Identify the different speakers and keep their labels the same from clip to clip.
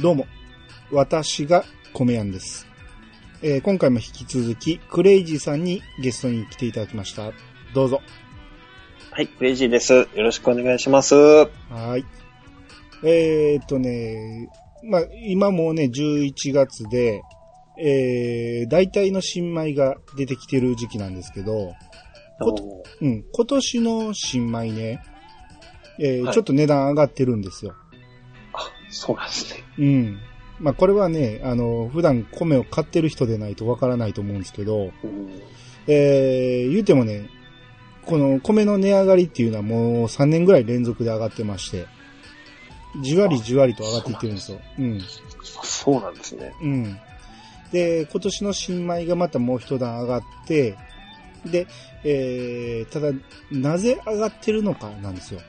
Speaker 1: どうも、私が米やんです、えー今回も引き続き、クレイジーさんにゲストに来ていただきました。どうぞ。
Speaker 2: はい、クレイジーです。よろしくお願いします。は
Speaker 1: はい。えー、っとね、まあ、今もうね、11月で、えー、大体の新米が出てきてる時期なんですけど、こうん、今年の新米ね、えー
Speaker 2: はい
Speaker 1: ちょっと値段上がってるんですよ。
Speaker 2: あ、そうなんですね。
Speaker 1: うん。まあ、これはね、あの、普段米を買ってる人でないとわからないと思うんですけど、
Speaker 2: うん。
Speaker 1: えー、言うてもね、この米の値上がりっていうのはもう3年ぐらい連続で上がってまして、じわりじわりと上がっていってるんですよ。うん。
Speaker 2: そうなんですね。
Speaker 1: うん。で、今年の新米がまたもう一段上がって、で、えー、ただ、なぜ上がってるのかなんですよ。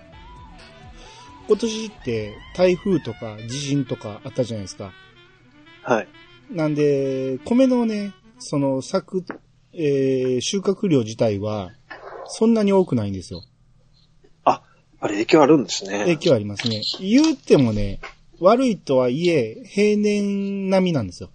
Speaker 1: 今年って台風とか地震とかあったじゃないですか。
Speaker 2: はい。
Speaker 1: なんで、米のね、その作、えー、収穫量自体は、そんなに多くないんですよ。
Speaker 2: あ、やっぱり影響あるんですね。
Speaker 1: 影響ありますね。言うてもね、悪いとはいえ、平年並みなんですよ。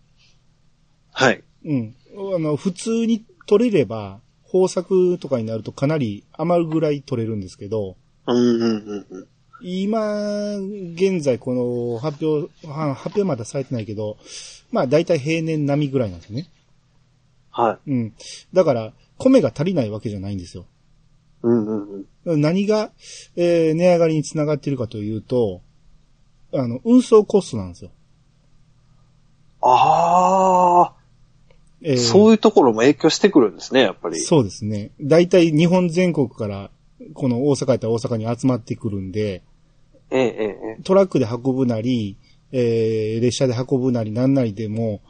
Speaker 2: はい。
Speaker 1: うん。あの、普通に取れれば、豊作とかになるとかなり余るぐらい取れるんですけど、
Speaker 2: うんうんうんうん。
Speaker 1: 今、現在この発表、は発表まだされてないけど、まあ大体平年並みぐらいなんですよね。
Speaker 2: はい。
Speaker 1: うん。だから、米が足りないわけじゃないんですよ。
Speaker 2: うんうんうん。
Speaker 1: 何が、えー値上がりにつながっているかというと、あの、運送コストなんですよ。
Speaker 2: あ
Speaker 1: えー
Speaker 2: ー、そういうところも影響してくるんですね、やっぱり。
Speaker 1: そうですね。大体日本全国から、この大阪やったら大阪に集まってくるんで、
Speaker 2: ええええええ
Speaker 1: トラックで運ぶなり、えー、列車で運ぶなりなんなりでも、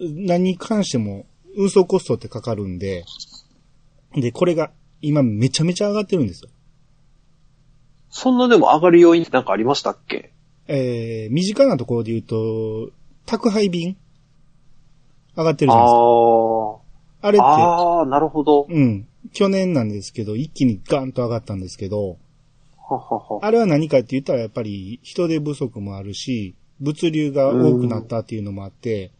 Speaker 1: 何に関しても運送コストってかかるんで、で、これが今めちゃめちゃ上がってるんですよ。
Speaker 2: そんなでも上がる要因ってなんかありましたっけ
Speaker 1: えー、身近なところで言うと、宅配便上がってるじゃないですか。
Speaker 2: あ
Speaker 1: あれ
Speaker 2: あ。
Speaker 1: っ
Speaker 2: ああ、なるほど。
Speaker 1: て、うん。去年なんですけど、一気にガンと上がったんですけど、
Speaker 2: ははは。
Speaker 1: あれは何かって言ったらやっぱり人手不足もあるし、物流が多くなったっていうのもあって、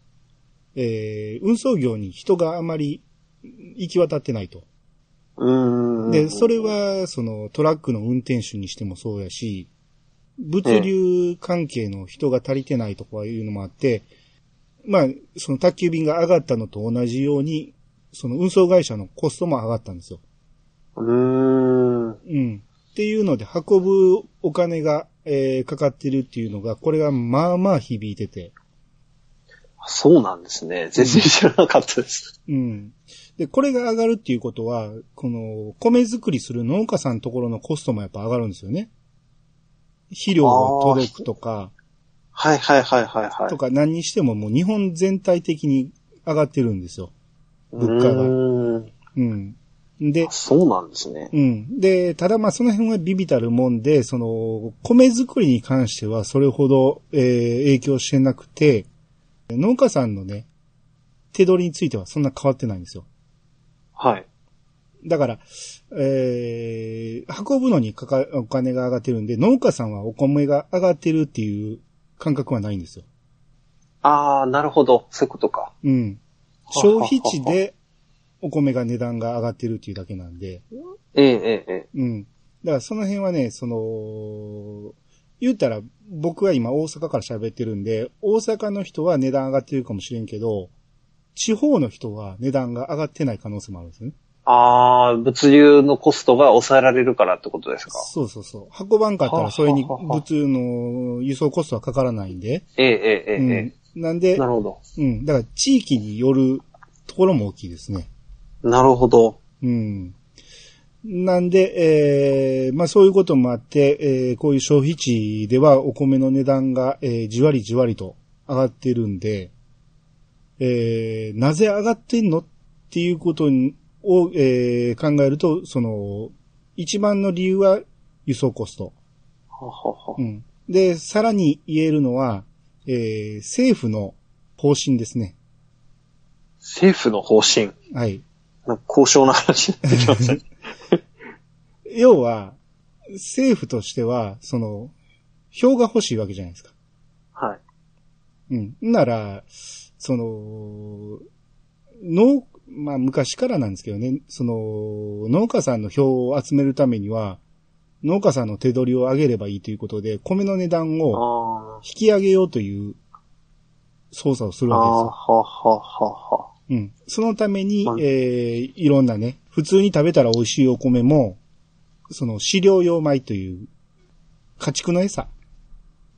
Speaker 1: えー、運送業に人があまり行き渡ってないと。
Speaker 2: うんうんうん。
Speaker 1: で、それ、は、そのトラックの運転手にしてもそうやし、物流関係の人が足りてないとかいうのもあって、まあ、その宅急便が上がったのと同じように、その運送会社のコストも上がったんですよ。
Speaker 2: うーん。
Speaker 1: うん。っていうので、運ぶお金が、えーかかってるっていうのが、これがまあまあ響いてて。
Speaker 2: そうなんですね。全然知らなかったです。
Speaker 1: うん。で、これが上がるっていうことは、この、米作りする農家さんのところのコストもやっぱ上がるんですよね。肥料が届くとか、
Speaker 2: はいはいはいはいはい。
Speaker 1: とか何にしてももう日本全体的に上がってるんですよ。物価が
Speaker 2: うーん
Speaker 1: うん。で、
Speaker 2: そうなんですね。
Speaker 1: うん。で、ただまあその辺はビビたるもんで、その、米作りに関してはそれほど、えー影響してなくて、農家さんのね、手取りについてはそんな変わってないんですよ。
Speaker 2: はい。
Speaker 1: だから、えー運ぶのにかか、お金が上がってるんで、農家さんはお米が上がってるっていう感覚はないんですよ。
Speaker 2: ああ、なるほど。そういうことか。
Speaker 1: うん。
Speaker 2: ははは
Speaker 1: 消費地でお米が値段が上がってるっていうだけなんで、
Speaker 2: ええええええ。
Speaker 1: うん。だからその辺はね、その、言うたら僕は今大阪から喋ってるんで、大阪の人は値段上がってるかもしれんけど、地方の人は値段が上がってない可能性もあるんですね。
Speaker 2: ああ、物流のコストが抑えられるからってことですか。
Speaker 1: そうそうそう。運ばんかったらそれに
Speaker 2: はははは
Speaker 1: 物流の輸送コストはかからないんで。
Speaker 2: えええええええ
Speaker 1: うん。なん
Speaker 2: え。
Speaker 1: で
Speaker 2: な、るほど。
Speaker 1: うん。だから地域によるところも大きいですね。
Speaker 2: なるほど。
Speaker 1: うん。なんで、えーまあそういうこともあって、えーこういう消費地ではお米の値段が、えーじわりじわりと上がってるんで、えーなぜ上がってんのっていうことにを、えー考えると、その、一番の理由は輸送コスト。
Speaker 2: ははは
Speaker 1: うん。で、さらに言えるのは、えー政府の方針ですね。
Speaker 2: 政府の方針。
Speaker 1: はい。
Speaker 2: なんか交渉の話になってきましたね。
Speaker 1: 要は、政府としては、その、票が欲しいわけじゃないですか。
Speaker 2: はい。
Speaker 1: うん。なら、その、農、まあ昔からなんですけどね、その、農家さんの票を集めるためには、農家さんの手取りを上げればいいということで、米の値段
Speaker 2: あ
Speaker 1: を
Speaker 2: あ。
Speaker 1: 引き上げようという操作をする
Speaker 2: あ
Speaker 1: わけです
Speaker 2: あ、
Speaker 1: よ
Speaker 2: は。ははは。
Speaker 1: うん。そのために、
Speaker 2: はい
Speaker 1: えーいろんなね、普通に食べたら美味しいお米も、その飼料用米という家畜の餌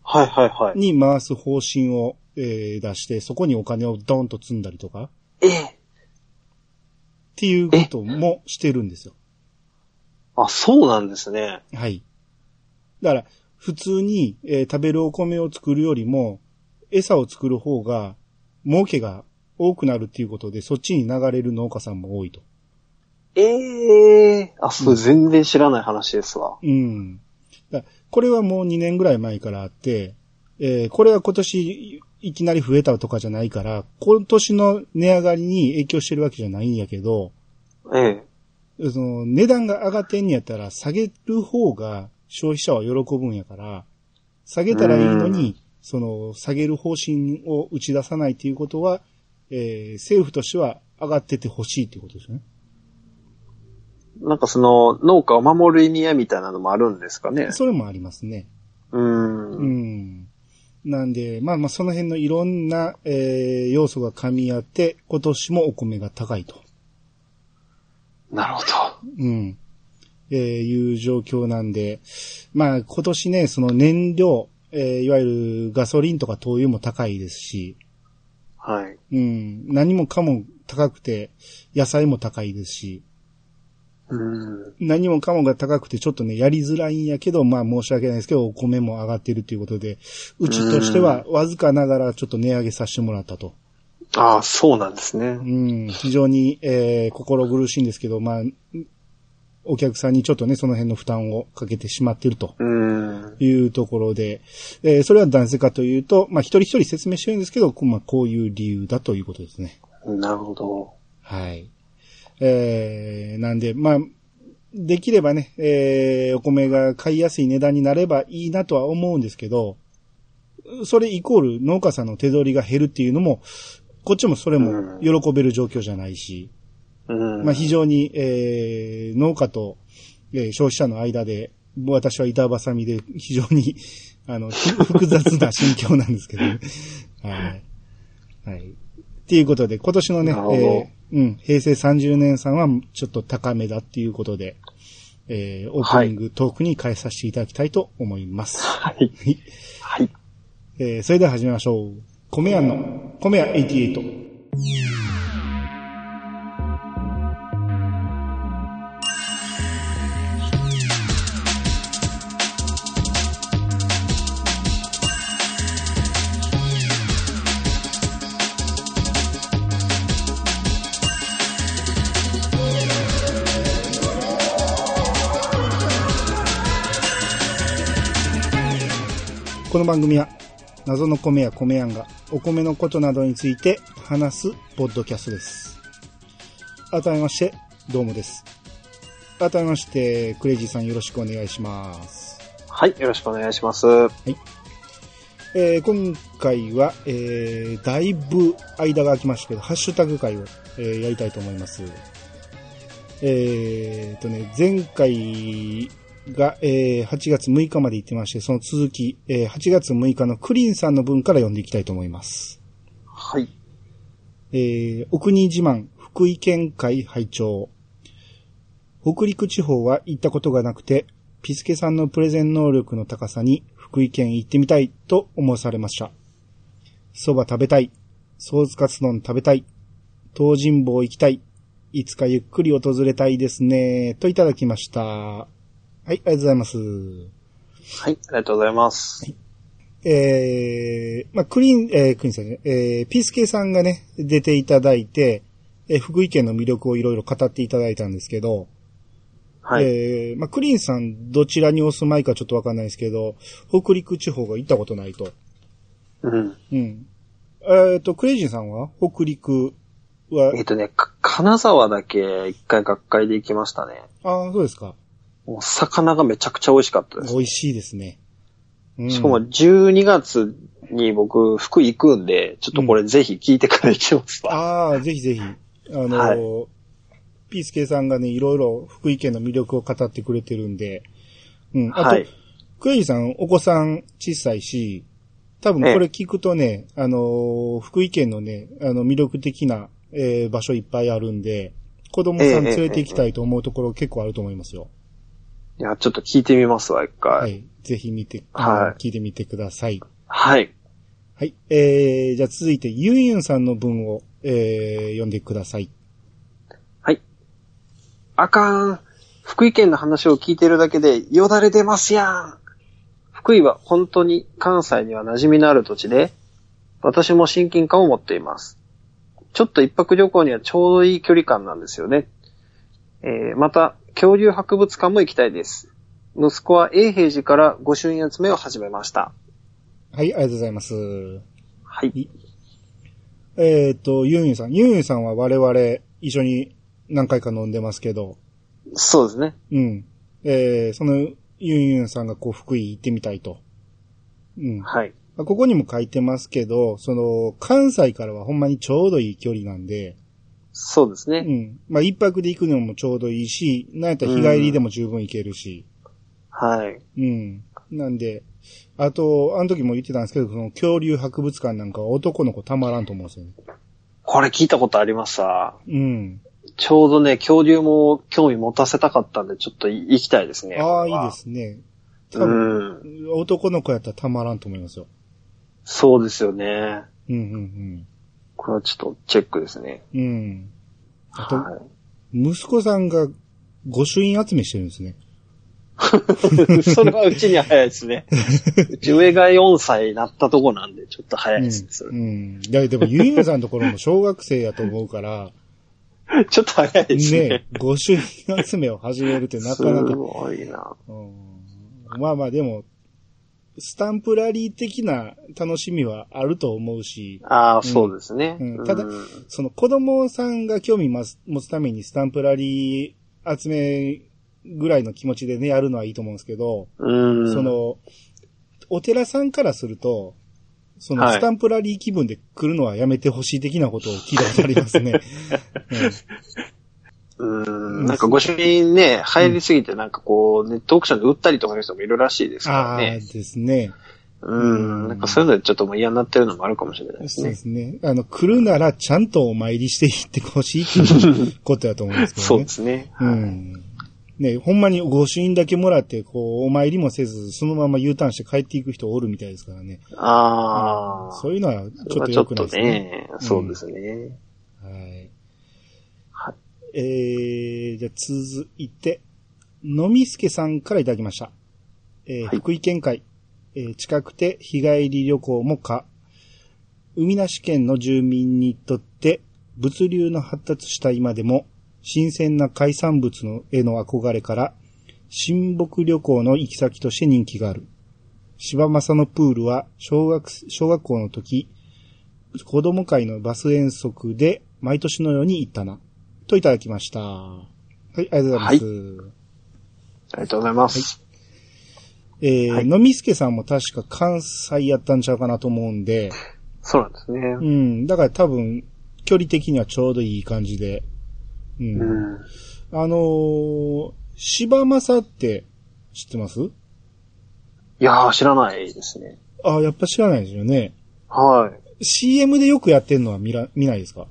Speaker 2: はいはいはい。
Speaker 1: に回す方針を、えー出して、そこにお金をドンと積んだりとか、っ
Speaker 2: ええ。
Speaker 1: ていうこともしてるんですよ。
Speaker 2: あ、そうなんですね。
Speaker 1: はい。だから、普通に、えー食べるお米を作るよりも、餌を作る方が、儲けが多くなるっていうことで、そっちに流れる農家さんも多いと。
Speaker 2: ええ。あ、それ全然知らない話ですわ。
Speaker 1: うん。だこれはもう2年ぐらい前からあって、えーこれは今年いきなり増えたとかじゃないから、今年の値上がりに影響してるわけじゃないんやけど、
Speaker 2: ええ。
Speaker 1: その値段が上がってんやったら下げる方が消費者は喜ぶんやから、下げたらいいの
Speaker 2: う
Speaker 1: に、その下げる方針を打ち出さないということは、えー政府としては上がっててほしいっていうことですよね。
Speaker 2: なんかその、農家を守る意味合いみたいなのもあるんですかね。
Speaker 1: それもありますね。
Speaker 2: うー。
Speaker 1: うんん。なんで、まあまあその辺のいろんな、えー要素が噛み合って、今年もお米が高いと。
Speaker 2: なるほど。
Speaker 1: うん。えーいう状況なんで、まあ今年ね、その燃料、えーいわゆるガソリンとか灯油も高いですし、
Speaker 2: はい。
Speaker 1: うん、何もかも高くて、野菜も高いですし、
Speaker 2: うーん。
Speaker 1: 何もかもが高くてちょっとね、やりづらいんやけど、まあ申し訳ないですけど、お米も上がってるということで、うちとしてはわずかながらちょっと値上げさせてもらったと。
Speaker 2: ああ、そうなんですね。
Speaker 1: うん、非常に、えー心苦しいんですけど、まあ、お客さんにちょっとね、その辺の負担をかけてしまっていると
Speaker 2: うーん。
Speaker 1: いうところで、えーそれは男性かというと、まあ、一人一人説明してるんですけど、こまあ、こういう理由だということですね。
Speaker 2: なるほど。
Speaker 1: はい。えー、なんで、まあ、できればね、えーお米が買いやすい値段になればいいなとは思うんですけど、それイコール農家さんの手取りが減るっていうのも、こっちもそれも喜べる状況じゃないし、
Speaker 2: うん。
Speaker 1: まあ、非常に、えー農家と、えー消費者の間で、私は板挟みで非常に、 あの、ひ複雑な心境なんですけど、 ね、はい。はい。っていうことで、今年のね、
Speaker 2: なるほど
Speaker 1: えーうん、平成30年さんはちょっと高めだっていうことで、えーオープニングトークに変えさせていただきたいと思います。
Speaker 2: はい。はい。
Speaker 1: えーそれでは始めましょう。米屋の、米屋88。この番組は謎の米や米やんがお米のことなどについて話すポッドキャストです。改めまして、どうもです。改めまして、クレイジーさんよろしくお願いします。
Speaker 2: はい。よろしくお願いします。は
Speaker 1: えー今回は、えーだいぶ間が空きましたけど、ハッシュタグ会を、えーやりたいと思います。えーとね、前回が、えー8月6日まで行ってまして、その続き、えー8月6日のクリンさんの分から読んでいきたいと思います。
Speaker 2: い。
Speaker 1: えーお国自慢、福井県会拝聴北陸地方は行ったことがなくて、ピスケさんのプレゼン能力の高さに福井県行ってみたいと思わされました。蕎麦食べたい、ソースカツ丼食べたい、東尋坊行きたい、いつかゆっくり訪れたいですね、といただきました。はい、ありがとうございます。
Speaker 2: はい。ありがとうございます。
Speaker 1: えー、まあ、クリーン、えー、クリーンさんね、えー、ピースケさんがね、出ていただいて、えー福井県の魅力をいろいろ語っていただいたんですけど、
Speaker 2: はい。
Speaker 1: えー、まあ、クリーンさん、どちらにお住まいかちょっとわかんないですけど、北陸地方が行ったことないと。
Speaker 2: うん。
Speaker 1: うん。えっ、と、クレイジーさんは北陸は
Speaker 2: えっ、、とね、か金沢だけ一回学会で行きましたね。
Speaker 1: ああ、そうですか。
Speaker 2: もう魚がめちゃくちゃ美味しかったです。
Speaker 1: 美味しいですね。うん
Speaker 2: しかも12月に僕、福井行くんで、ちょっとこれぜひ聞いてから行きますわ。
Speaker 1: ああ、ぜひぜひ。あのー
Speaker 2: は
Speaker 1: ピースケさんがね、いろいろ福井県の魅力を語ってくれてるんで。うん。あと、
Speaker 2: はい。
Speaker 1: クエイさん、お子さん小さいし、多分これ聞くとね、あのー福井県のね、あの、魅力的な、えー場所いっぱいあるんで、子供さん連れて行きたいと思うところ結構あると思いますよ。
Speaker 2: いや、ちょっと聞いてみますわ、一
Speaker 1: は
Speaker 2: 回。
Speaker 1: い。ぜひ見て、
Speaker 2: はい
Speaker 1: 聞いてみてください。
Speaker 2: はい。
Speaker 1: はい。えー、じゃあ続いて、ユンユンさんの文を、えー、読んでください。
Speaker 2: はい。あかん。福井県の話を聞いてるだけでよだれ出ますやん。福井は本当に関西には馴染みのある土地で、私も親近感を持っています。ちょっと一泊旅行にはちょうどいい距離感なんですよね。えー、また、恐竜博物館も行きたいです。息子は永平寺から御朱印集めを始めました。
Speaker 1: はい、ありがとうございます。
Speaker 2: はい。
Speaker 1: えっ、と、ユンユンさん。ユンユンさんは我々、一緒に何回か飲んでますけど、
Speaker 2: そうですね。
Speaker 1: うん。えー、その、ユンユンさんがこう、福井行ってみたいと。うん。ま
Speaker 2: はい。
Speaker 1: あここにも書いてますけど、その、関西からはほんまにちょうどいい距離なんで、
Speaker 2: そうです
Speaker 1: う
Speaker 2: ね。
Speaker 1: ん。まあ、一泊で行くのもちょうどいいし、なんやったら日帰りでも十分行けるし、
Speaker 2: はい。
Speaker 1: うん。なんで、あと、あの時も言ってたんですけど、その、恐竜博物館なんかは男の子たまらんと思うんですよね。
Speaker 2: これ聞いたことありますわ。
Speaker 1: うん。
Speaker 2: ちょうどね、恐竜も興味持たせたかったんで、ちょっと行きたいですね。
Speaker 1: ああ、い
Speaker 2: これはい
Speaker 1: で。すね。多
Speaker 2: う
Speaker 1: 分、
Speaker 2: ん。
Speaker 1: 男の子やったらたまらんと思いますよ。
Speaker 2: そうですよね。
Speaker 1: うん、うん、
Speaker 2: これはちょっとチェックですね。
Speaker 1: うん。うん。あと、
Speaker 2: は
Speaker 1: 息子さんが御朱印集めしてるんですね。
Speaker 2: い。 それはうちには早いですね。うち上が4歳になったとこなんで、ちょっと早いですね。それ
Speaker 1: うん。うん。いや、でも、ゆいなさんのところも小学生やと思うから、
Speaker 2: ちょっと早いですね。
Speaker 1: ね、御朱印集めを始めるってな
Speaker 2: す
Speaker 1: かな か、
Speaker 2: ごいな。
Speaker 1: うんまあまあ、でも、スタンプラリー的な楽しみはあると思うし、
Speaker 2: ああ、そうですね。
Speaker 1: うん
Speaker 2: うん
Speaker 1: ただその子供さんが興味ます持つためにスタンプラリー集めぐらいの気持ちでね、やるのはいいと思うんですけど、
Speaker 2: うん。
Speaker 1: その、お寺さんからすると、その
Speaker 2: はい
Speaker 1: スタンプラリー気分で来るのはやめてほしい的なことを聞いたことあります ね。
Speaker 2: うん。なんかご主人ね、入りすぎてなんかこう、ネットオークションで売ったりとかの人もいるらしいです
Speaker 1: うん、あ
Speaker 2: か
Speaker 1: あ
Speaker 2: らね。
Speaker 1: ー、ですね。
Speaker 2: うん。なんかそういうのでちょっともう嫌になってるのもあるかもしれないです
Speaker 1: そうで
Speaker 2: ね。
Speaker 1: すね。あの、来るならちゃんとお参りしていってほしいっていうことだと思うんですけ
Speaker 2: そ
Speaker 1: ど
Speaker 2: う
Speaker 1: ね
Speaker 2: で。すね。
Speaker 1: うん。ね、ほんまに御朱印だけもらって、こう、お参りもせず、そのまま U ターンして帰っていく人おるみたいですからね。
Speaker 2: ああ。
Speaker 1: そういうのはちょっと
Speaker 2: ちょ
Speaker 1: 良
Speaker 2: っ
Speaker 1: くない
Speaker 2: と
Speaker 1: ですね。
Speaker 2: ね、そうですね。
Speaker 1: はい。
Speaker 2: はい
Speaker 1: えー、じゃあ続いて、のみすけさんからいただきました。えー
Speaker 2: はい
Speaker 1: 福井県会、えー近くて日帰り旅行も可。海なし県の住民にとって、物流の発達した今でも、新鮮な海産物のへの憧れから、親睦旅行の行き先として人気がある。柴正のプールは、小学、小学校の時、子供会のバス遠足で、毎年のように行ったな。といただきました。はい、ありがとうございます。
Speaker 2: ありがとうございます。
Speaker 1: えー、
Speaker 2: はい
Speaker 1: のみすけさんも確か関西やったんちゃうかなと思うんで、
Speaker 2: そうなんですね。
Speaker 1: うん、だから多分、距離的にはちょうどいい感じで、うん。
Speaker 2: うん。
Speaker 1: あのー、柴正って知ってます
Speaker 2: いやー、知らないですね。
Speaker 1: あーやっぱ知らないですよね。
Speaker 2: はい。
Speaker 1: CM でよくやってんのは見ら、見ないですか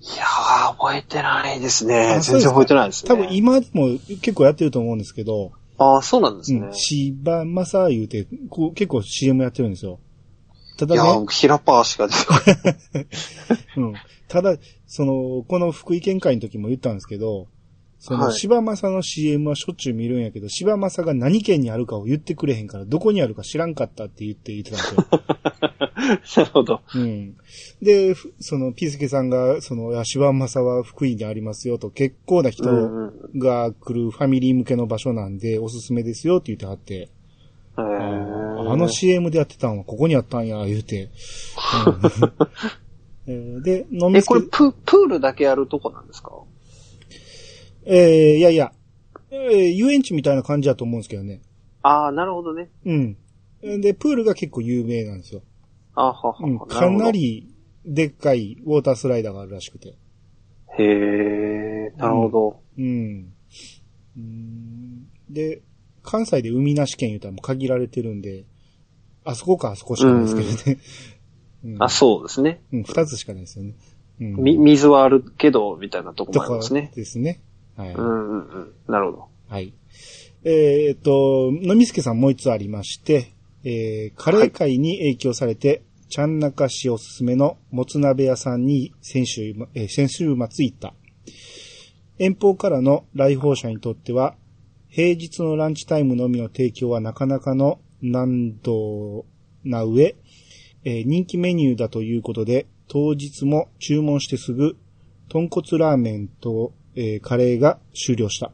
Speaker 2: いやー、覚えてないですね。
Speaker 1: あそう
Speaker 2: 全
Speaker 1: です
Speaker 2: 然
Speaker 1: か
Speaker 2: 覚えてないですね。
Speaker 1: 多分今でも結構やってると思うんですけど、
Speaker 2: ああ、そうなんです
Speaker 1: うん
Speaker 2: ね。
Speaker 1: 柴正言うて、こう結構 CM やってるんですよ。た
Speaker 2: い
Speaker 1: だ
Speaker 2: や
Speaker 1: ね
Speaker 2: ー、、平パーしか出て こない。
Speaker 1: うん。ただ、その、この福井県会の時も言ったんですけど、その、
Speaker 2: はい
Speaker 1: 柴正の CM はしょっちゅう見るんやけど、柴正が何県にあるかを言ってくれへんから、どこにあるか知らんかったって言って言ってたんですよ。
Speaker 2: なるほど。
Speaker 1: うん。で、ふその、ピースケさんが、その、いや柴正は福井にありますよと、結構な人
Speaker 2: うんうん
Speaker 1: が来るファミリー向けの場所なんで、おすすめですよって言ってはって、
Speaker 2: へ
Speaker 1: あ
Speaker 2: ー
Speaker 1: ーあの CM でやってたんはここにあったんや、言う て。うん えーで、飲み
Speaker 2: え、
Speaker 1: すけ
Speaker 2: これプ、プールだけやるとこなんですか
Speaker 1: えー、いやいや、えー遊園地みたいな感じだと思うんですけどね。
Speaker 2: ああ、なるほどね。
Speaker 1: うん。で、プールが結構有名なんですよ。
Speaker 2: あははは、
Speaker 1: うん、
Speaker 2: るほど
Speaker 1: かな。りでっかいウォータースライダーがあるらしくて。
Speaker 2: へえ、なるほど。
Speaker 1: うん。うんで、関西で海なし県言うたらもう限られてるんで、あそこかあそこしかないですけどね。うん
Speaker 2: あ、そうですね。
Speaker 1: うん、二つしかないですよね。うん
Speaker 2: み、水はあるけど、みたいなとこもありますね
Speaker 1: と。かですね。はい。
Speaker 2: うんうんうん。なるほど。
Speaker 1: はい。えーっと、のみすけさんもう一つありまして、えー、カレー界に影響されて、ちゃんなか市おすすめのもつ鍋屋さんに先週、えー先週末行った。遠方からの来訪者にとっては、平日のランチタイムのみの提供はなかなかの難度な上、えー人気メニューだということで、当日も注文してすぐ、豚骨ラーメンと、えーカレーが終了した。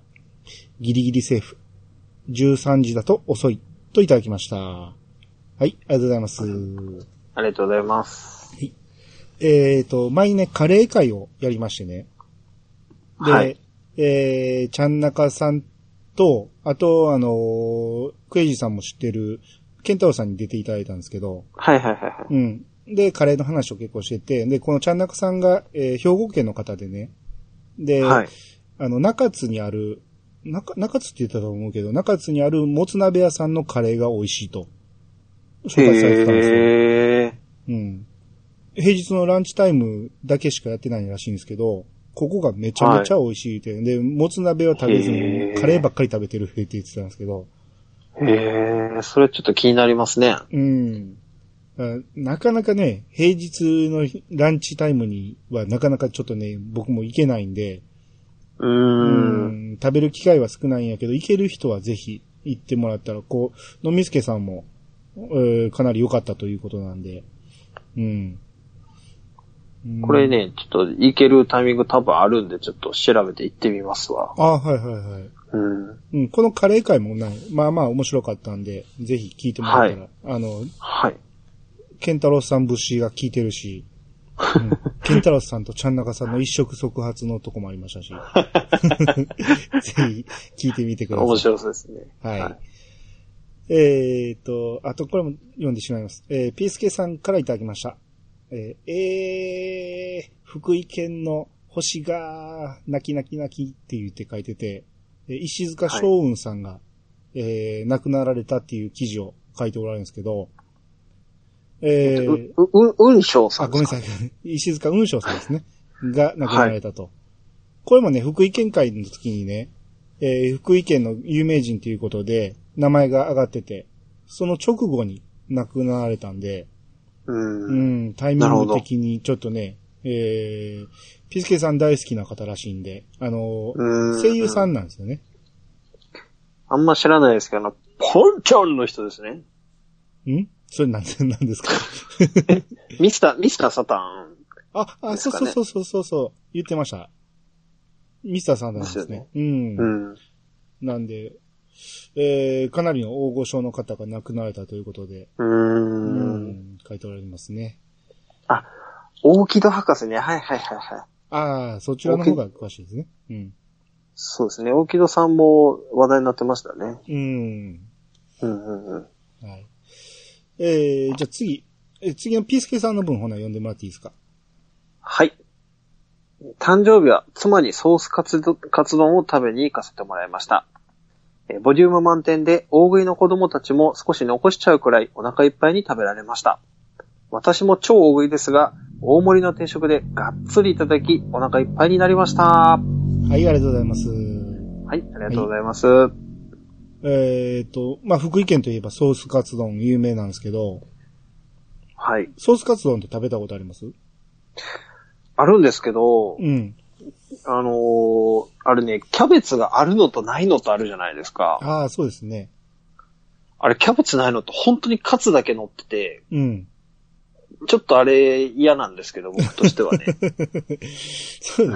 Speaker 1: ギリギリセーフ。13時だと遅い。といただきました。はい、ありがとうございます。
Speaker 2: ありがとうございます。
Speaker 1: えっ、と、前にね、カレー会をやりましてね。で、
Speaker 2: はい。
Speaker 1: えー、ちゃんなかさんと、あと、あのークエイジーさんも知ってる、ケンタロウさんに出ていただいたんですけど、
Speaker 2: はいはいはいは
Speaker 1: うん。で、カレーの話を結構してて、で、このちゃんなかさんが、えー兵庫県の方でね、で、
Speaker 2: い。はい。
Speaker 1: あの、中津にある、中、中津って言ったと思うけど、中津にあるもつ鍋屋さんのカレーが美味しいと、紹介されてたんですよ。
Speaker 2: へえ。
Speaker 1: うん。平日のランチタイムだけしかやってないらしいんですけど、ここがめちゃめちゃ美味しいって、で、もつ鍋は食べず
Speaker 2: へ
Speaker 1: に、
Speaker 2: ー
Speaker 1: カレーばっかり食べてるって言ってたんですけど、
Speaker 2: へえ、それちょっと気になりますね。
Speaker 1: うん。だからなかなかね、平日の日ランチタイムにはなかなかちょっとね、僕も行けないんで、
Speaker 2: うーん。
Speaker 1: うん食べる機会は少ないんやけど、行ける人はぜひ行ってもらったら、こう、のみすけさんも、えーかなり良かったということなんで、うん。うん
Speaker 2: これ。ね、ちょっと行けるタイミング多分あるんで、ちょっと調べて行ってみますわ。
Speaker 1: あはいはいはい。
Speaker 2: うん。
Speaker 1: うん、このカレー会もない。まあまあ面白かったんで、ぜひ聞いてもらったら、あの、
Speaker 2: はい。
Speaker 1: ケンタロウさん節が聞いてるし、 うん、ケンタロウさんとちゃんなかさんの一触即発のとこもありま したし、 ぜひ聞いてみてください。
Speaker 2: 面白そうですね。
Speaker 1: はい。
Speaker 2: はい
Speaker 1: えーっと、あとこれも読んでしまいます。えー、PSK さんからいただきました。えー、えー、福井県の星が、泣き泣き泣きって言って書いてて、えー石塚昌雲さんが、えー亡くなられたっていう記事を書いておられるんですけど、え
Speaker 2: う
Speaker 1: ー、、
Speaker 2: う、うん、うんしょうさ
Speaker 1: あ、
Speaker 2: ん
Speaker 1: ごめん
Speaker 2: です
Speaker 1: な
Speaker 2: か
Speaker 1: さい。石塚雲章さんですね。が亡くなられたと。これもね、福井県会の時にね、えー福井県の有名人ということで、名前が上がってて、その直後に亡くなられたんで、う
Speaker 2: うん。
Speaker 1: ん、タイミング的にちょっとね、えー、ピスケさん大好きな方らしいんで、あのー
Speaker 2: うん
Speaker 1: 声優さんなんですよね。
Speaker 2: あんま知らないですけど、あのポンチョンの人ですね。
Speaker 1: んそれなんで、 なんですか
Speaker 2: ミスター、ミスターサタン。
Speaker 1: あ、あ、
Speaker 2: で
Speaker 1: そ
Speaker 2: す
Speaker 1: う
Speaker 2: か
Speaker 1: そう
Speaker 2: ね
Speaker 1: そうそうそうそう、言ってました。ミスターさんなんですね。うん
Speaker 2: うん。
Speaker 1: なんで、えー、かなりの大御所の方が亡くなられたということで、
Speaker 2: う
Speaker 1: う
Speaker 2: ーん。
Speaker 1: ん書いておられますね。
Speaker 2: あ、大木戸博士ね。はいはいはいはい。
Speaker 1: ああ、そちらの方が詳しいですね。うん。
Speaker 2: そうですね。大木戸さんも話題になってましたね。
Speaker 1: うん。
Speaker 2: うんうんうん。
Speaker 1: はい。えー、じゃあ次、えー次のピースケさんの分、ほな、読んでもらっていいですか。
Speaker 2: はい。誕生日は妻にソースカツ丼カツ丼を食べに行かせてもらいました。えーボリューム満点で大食いの子供たちも少し残しちゃうくらいお腹いっぱいに食べられました。私も超大食いですが、大盛りの定食でがっつりいただきお腹いっぱいになりました。は
Speaker 1: はい、ありがとうございます。
Speaker 2: い、ありがとうございます。
Speaker 1: えっ、と、まあ、福井県といえばソースカツ丼有名なんですけど、
Speaker 2: はい。
Speaker 1: ソースカツ丼って食べたことあります
Speaker 2: あるんですけど、
Speaker 1: うん。
Speaker 2: あのーあれね、キャベツがあるのとないのとあるじゃないですか。
Speaker 1: ああ、そうですね。
Speaker 2: あれ、キャベツないのと本当にカツだけ乗ってて、
Speaker 1: うん。
Speaker 2: ちょっとあれ嫌なんですけど、僕としては ね。
Speaker 1: そうです ね。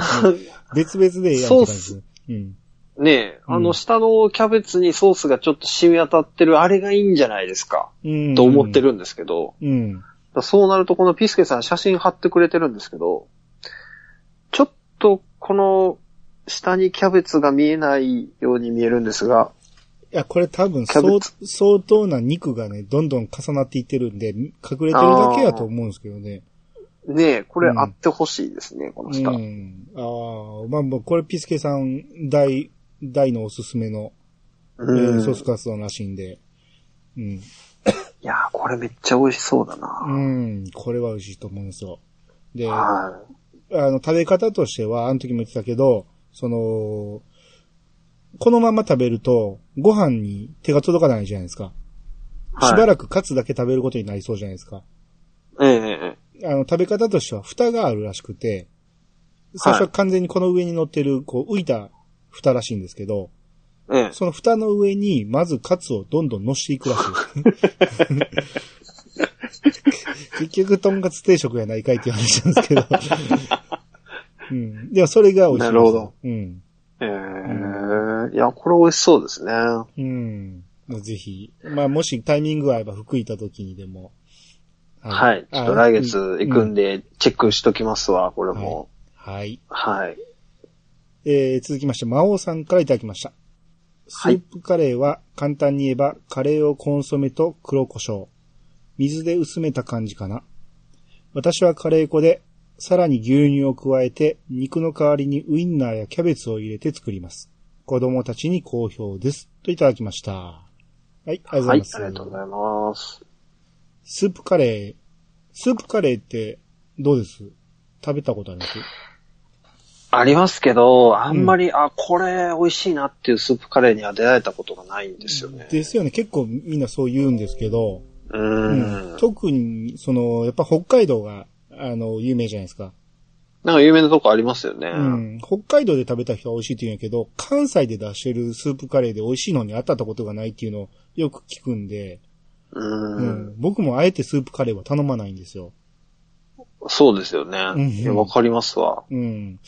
Speaker 1: 別々でええやんって感じです。うん。
Speaker 2: ねえ、あ
Speaker 1: う
Speaker 2: の
Speaker 1: ん
Speaker 2: 下のキャベツにソースがちょっと染み当たってるあれがいいんじゃないですか、
Speaker 1: うん。
Speaker 2: と思って。るんですけど、
Speaker 1: うん。
Speaker 2: だからそうなるとこのピスケさん写真貼ってくれてるんですけど、ちょっとこの下にキャベツが見えないように見えるんですが、
Speaker 1: いや、これ多分
Speaker 2: キャ
Speaker 1: 相
Speaker 2: ベツ、
Speaker 1: 相当な肉がね、どんどん重なっていってるんで、隠れてるだけやと思うんですけどね。
Speaker 2: ねえ、これ
Speaker 1: うん
Speaker 2: あってほしいですね、この下。
Speaker 1: うん。ああ、まあまあ、これピスケさん、大、大のおすすめの、えー
Speaker 2: うん。
Speaker 1: ソースカツ丼らしいんで。うん。
Speaker 2: いやー、これめっちゃ美味しそうだ
Speaker 1: う
Speaker 2: な。
Speaker 1: ん。これは美味しいと思うんですよ。で、あ
Speaker 2: は
Speaker 1: の、食べ方としては、あの時も言ってたけど、その、このまま食べると、ご飯に手が届かないじゃないですか。
Speaker 2: い。はい
Speaker 1: しばらくカツだけ食べることになりそうじゃないですか。
Speaker 2: えええ
Speaker 1: あの、食べ方としては蓋があるらしくて、最初は完全にこの上に乗ってる、こう、浮いた蓋らしいんですけど、
Speaker 2: えええ。
Speaker 1: その蓋の上に、まずカツをどんどん乗していくらしい です。結局、とんかつ定食やないかいっていう話なんですけど。うん。では、それが美味しいです。
Speaker 2: なるほど。
Speaker 1: うん。
Speaker 2: ええいや、これ美味しそうですね。
Speaker 1: うん。ぜひ。まあ、もしタイミングが合えば、福井行った時にでも。
Speaker 2: はい。ちょっと来月行くんで、チェックしときますわ、これも。
Speaker 1: はい。
Speaker 2: はい。
Speaker 1: えー続きまして、魔王さんからいただきました。ス
Speaker 2: はい
Speaker 1: ープカレーは簡単に言えばカレーをコンソメと黒胡椒。水で薄めた感じかな。私はカレー粉で、さらに牛乳を加えて肉の代わりにウインナーやキャベツを入れて作ります。子供たちに好評です。といただきました。はい、ありがとうござ
Speaker 2: はいい
Speaker 1: ま、す。
Speaker 2: ありがとうございます。
Speaker 1: スープカレー、スープカレーってどうです食べたことあります
Speaker 2: ありますけど、あんまり、あ、これ美味しいなっていうスープカレーには出会えたことがないんですよね。
Speaker 1: ですよね。結構みんなそう言うんですけど、
Speaker 2: う
Speaker 1: うん
Speaker 2: ん。
Speaker 1: 特に、その、やっぱ北海道が、あの、有名じゃないですか。
Speaker 2: なんか有名なとこありますよね。
Speaker 1: うん。北海道で食べた人は美味しいって言うんやけど、関西で出してるスープカレーで美味しいのに当たったことがないっていうのをよく聞くんで、
Speaker 2: うん。
Speaker 1: うん僕もあえてスープカレーは頼まないんですよ。
Speaker 2: そうですよね。
Speaker 1: ん
Speaker 2: いやわかりますわ。
Speaker 1: うん。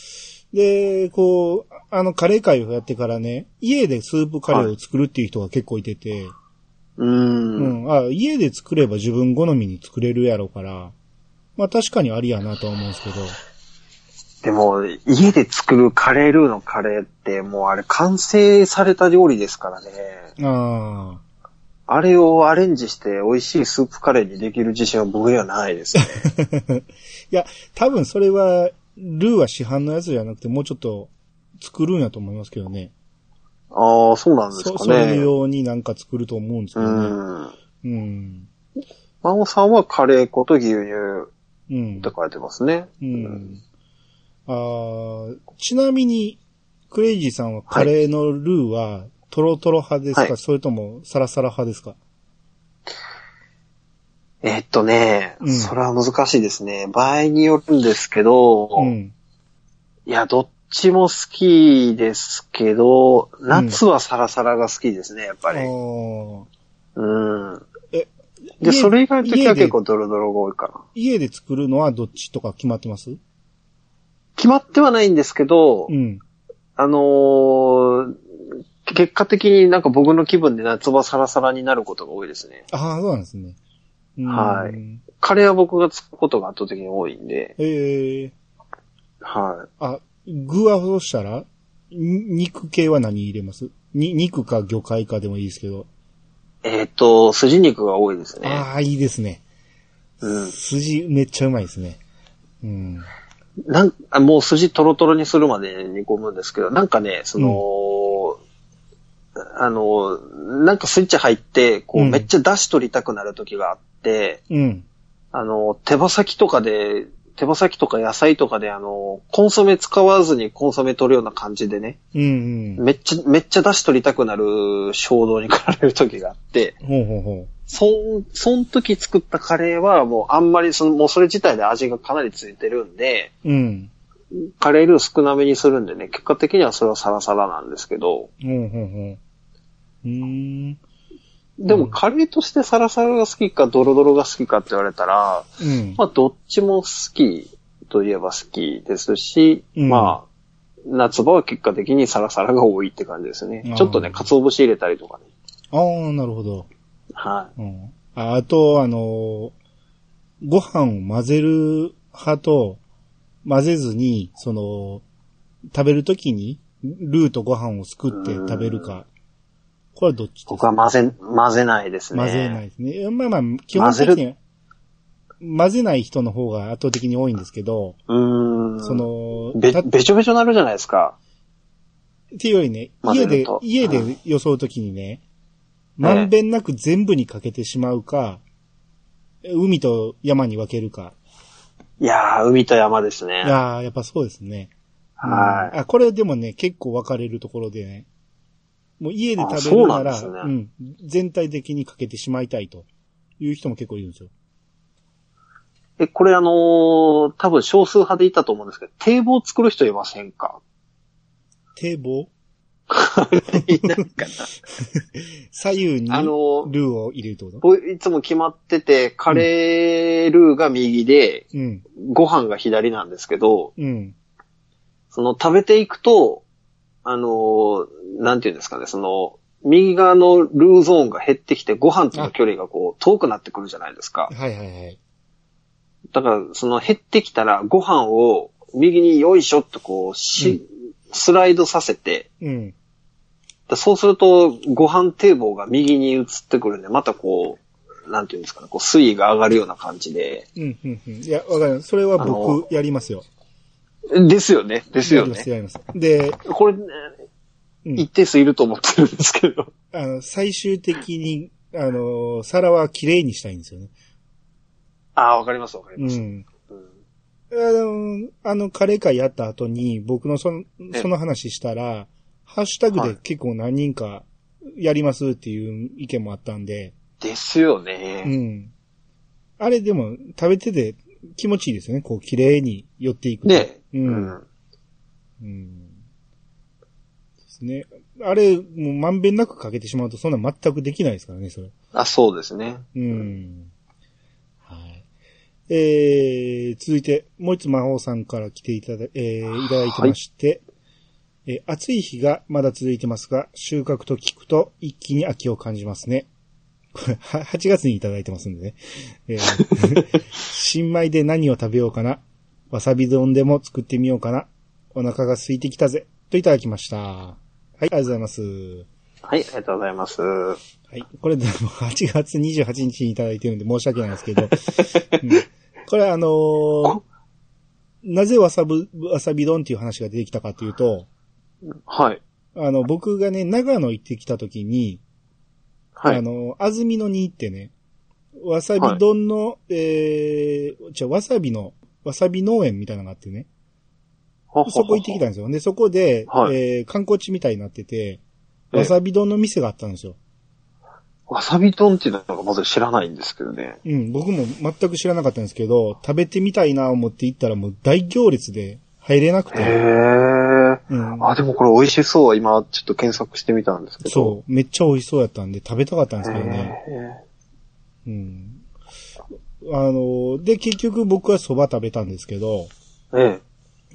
Speaker 1: で、こう、あの、カレー会をやってからね、家でスープカレーを作るっていう人が結構いてて、
Speaker 2: う。
Speaker 1: うんん。あ、家で作れば自分好みに作れるやろうから、まあ確かにありやなとは思うんですけど、
Speaker 2: でも、家で作るカレールーのカレーって、もうあれ完成された料理ですからね。
Speaker 1: ああ。
Speaker 2: あれをアレンジして美味しいスープカレーにできる自信は僕にはないです ね。
Speaker 1: いや、多分それは、ルーは市販のやつじゃなくて、もうちょっと作るんやと思いますけどね。
Speaker 2: ああ、そうなんです
Speaker 1: そ
Speaker 2: か
Speaker 1: それ
Speaker 2: ね。
Speaker 1: 用になんか作ると思うんですけ
Speaker 2: う
Speaker 1: どね。
Speaker 2: ん。
Speaker 1: うん。
Speaker 2: 真央さんはカレー粉と牛乳
Speaker 1: うん。
Speaker 2: と書いてますね。
Speaker 1: うん。あーちなみに、クレイジーさんはカレーのルーは、トロトロ派ですか、
Speaker 2: はい
Speaker 1: それともサラサラ派ですか
Speaker 2: えっとね、
Speaker 1: うん
Speaker 2: それは難しいですね。場合によるんですけど、
Speaker 1: うん。
Speaker 2: いや、どっちも好きですけど、夏はサラサラが好きですね、やっぱ
Speaker 1: あ
Speaker 2: り。
Speaker 1: ー
Speaker 2: うん。
Speaker 1: 家
Speaker 2: で、それ以外の時は
Speaker 1: 家で
Speaker 2: 結構ドロドロが多いかな。
Speaker 1: 家で作るのはどっちとか決まってます
Speaker 2: 決まってはないんですけど、
Speaker 1: うん。
Speaker 2: あのー結果的になんか僕の気分で夏場サラサラになることが多いですね。
Speaker 1: ああ、そうなんですね。うん
Speaker 2: はい。カレーは僕が作ることが圧倒的に多いんで、
Speaker 1: ええ
Speaker 2: は
Speaker 1: あ、具はそうしたら、に肉系は何入れますに、肉か魚介かでもいいですけど。
Speaker 2: い。えっ、と、筋肉が多いですね。
Speaker 1: ああ、いいですね。
Speaker 2: うん。
Speaker 1: 筋めっちゃうまいですね。うん。
Speaker 2: なんあもう筋トロトロにするまで煮込むんですけど、なんかね、その、あの、なんかスイッチ入って、こう、
Speaker 1: うん
Speaker 2: めっちゃ出し取りたくなる時があって、
Speaker 1: うん。
Speaker 2: あの、手羽先とかで、手羽先とか野菜とかで、あの、コンソメ使わずにコンソメ取るような感じでね、
Speaker 1: うんうん。
Speaker 2: めっちゃ、めっちゃ出し取りたくなる衝動に駆られる時があって、
Speaker 1: ほうほうほ
Speaker 2: そん、そん時作ったカレーはもうあんまりその、もうそれ自体で味がかなりついてるんで、
Speaker 1: う。うん。
Speaker 2: カレールー少なめにするんでね、結果的にはそれはサラサラなんですけど、
Speaker 1: ほうほうほう。うーん。
Speaker 2: でも
Speaker 1: うん
Speaker 2: カレーとしてサラサラが好きかドロドロが好きかって言われたら、
Speaker 1: うん。
Speaker 2: まあどっちも好きといえば好きですし、
Speaker 1: うん
Speaker 2: まあ、夏場は結果的にサラサラが多いって感じです
Speaker 1: あー
Speaker 2: ね。ちょっとね、鰹節入れたりとかね。
Speaker 1: ああ、なるほど。
Speaker 2: はい。
Speaker 1: うん。ああと、あのーご飯を混ぜる派と、混ぜずに、その、食べるときに、ルーとご飯をすくって食べるか、これはどっちですか
Speaker 2: 僕は混ぜ、混ぜないですね。
Speaker 1: 混ぜないですね。まあまあ、基本的には混ぜない人の方が圧倒的に多いんですけど、
Speaker 2: うーん。
Speaker 1: そ、の、
Speaker 2: べ、
Speaker 1: たっ
Speaker 2: べちょべちょなるじゃないですか。
Speaker 1: ていうよりね、
Speaker 2: 混
Speaker 1: 家
Speaker 2: ぜる
Speaker 1: で
Speaker 2: と、
Speaker 1: 家
Speaker 2: う
Speaker 1: で予想ときにね、まんべんなく全部にかけてしまうか、海と山に分けるか。
Speaker 2: いやー、海と山です
Speaker 1: い
Speaker 2: ね。
Speaker 1: やーやっぱそうですね。
Speaker 2: は
Speaker 1: う
Speaker 2: い
Speaker 1: んあ、これでもね、結構分かれるところでね、もう家で食べ
Speaker 2: あそ
Speaker 1: る
Speaker 2: うな
Speaker 1: なん
Speaker 2: で
Speaker 1: ら、
Speaker 2: すね
Speaker 1: うん、全体的にかけてしまいたいという人も結構いるんですよ。
Speaker 2: え、これあのー多分少数派でいたと思うんですけど、堤防作る人いませんか
Speaker 1: 堤防
Speaker 2: い ないかな。
Speaker 1: 左右に
Speaker 2: あ
Speaker 1: ル
Speaker 2: の
Speaker 1: ー
Speaker 2: ー
Speaker 1: を入れるってこと
Speaker 2: 僕いつも決まってて、カレールーが右で、
Speaker 1: うん、
Speaker 2: ご飯が左なんですけど、
Speaker 1: うん、
Speaker 2: その食べていくと、あのーなんていうんですかね、その、右側のルーゾーンが減ってきて、ご飯との距離がこう、遠くなってくるじゃないですか。
Speaker 1: はいはいはい。
Speaker 2: だから、その減ってきたら、ご飯を右によいしょってこう、し、スライドさせて、
Speaker 1: うん。
Speaker 2: だそうすると、ご飯堤防が右に移ってくるんで、またこう、なんていうんですかね、こう、水位が上がるような感じで。
Speaker 1: うん、うん、うん。いや、わかる。それは
Speaker 2: あの
Speaker 1: 僕、やりますよ。
Speaker 2: ですよね、ですよ
Speaker 1: や
Speaker 2: ね。
Speaker 1: ります、やります。で、
Speaker 2: これ、ね
Speaker 1: うん
Speaker 2: 一定数いると思ってるんですけど。
Speaker 1: あの、最終的に、あの、皿は綺麗にしたいんですよね。
Speaker 2: ああ、わかります、わかり
Speaker 1: う
Speaker 2: ます。
Speaker 1: ん。
Speaker 2: うん
Speaker 1: あの、あのカレー会やった後に、僕のその、
Speaker 2: ええ
Speaker 1: その話したら、ハッシュタグ
Speaker 2: は
Speaker 1: で
Speaker 2: い
Speaker 1: 結構何人かやりますっていう意見もあったんで、
Speaker 2: ですよ
Speaker 1: う
Speaker 2: ね。
Speaker 1: ん。あれでも、食べてて気持ちいいですよね。こう、綺麗に寄っていくと。
Speaker 2: ね、
Speaker 1: う。
Speaker 2: うんん。
Speaker 1: うんですね。あれ、もうまんべんなくかけてしまうと、そんな全くできないですからね、それ。
Speaker 2: あ、そうですね。
Speaker 1: うん。はい。えー、続いて、もう一つ魔法さんから来ていただ、えーいただいてまして、えー暑い日がまだ続いてますが、収穫と聞くと一気に秋を感じますね。 これ、は8月にいただいてますんでね。えー新米で何を食べようかな。わさび丼でも作ってみようかな。お腹が空いてきたぜ。といただきました。はい、ありがとうございます。
Speaker 2: はい、ありがとうございます。
Speaker 1: はい。これでも8月28日にいただいてるんで申し訳ないです けど。うんこれあのーなぜわさぶ、わさび丼っていう話が出てきたかというと、
Speaker 2: はい。
Speaker 1: あの、僕がね、長野行ってきた時に、
Speaker 2: は
Speaker 1: あ
Speaker 2: い。
Speaker 1: の、安曇野に行ってね、わさび丼の、えー、じゃあわさびの、わさび農園みたいなのがあってね、
Speaker 2: そ
Speaker 1: そこ行ってきたんですよ。で、そこで、
Speaker 2: はい
Speaker 1: えー観光地みたいになってて、
Speaker 2: ええ
Speaker 1: わさび丼の店があったんですよ。
Speaker 2: わさび丼っていうのがまず知らないんですけどね。
Speaker 1: うん、僕も全く知らなかったんですけど、食べてみたいな思って行ったらもう大行列で入れなく
Speaker 2: へ
Speaker 1: て、
Speaker 2: え。
Speaker 1: うん、
Speaker 2: あ、でもこれ美味しそう。今、ちょっと検索してみたんですけど。
Speaker 1: そう、めっちゃ美味しそうやったんで食べたかったんです
Speaker 2: へ
Speaker 1: けど
Speaker 2: ー
Speaker 1: ね。うん。あの、で、結局僕は蕎麦食べたんですけど、
Speaker 2: え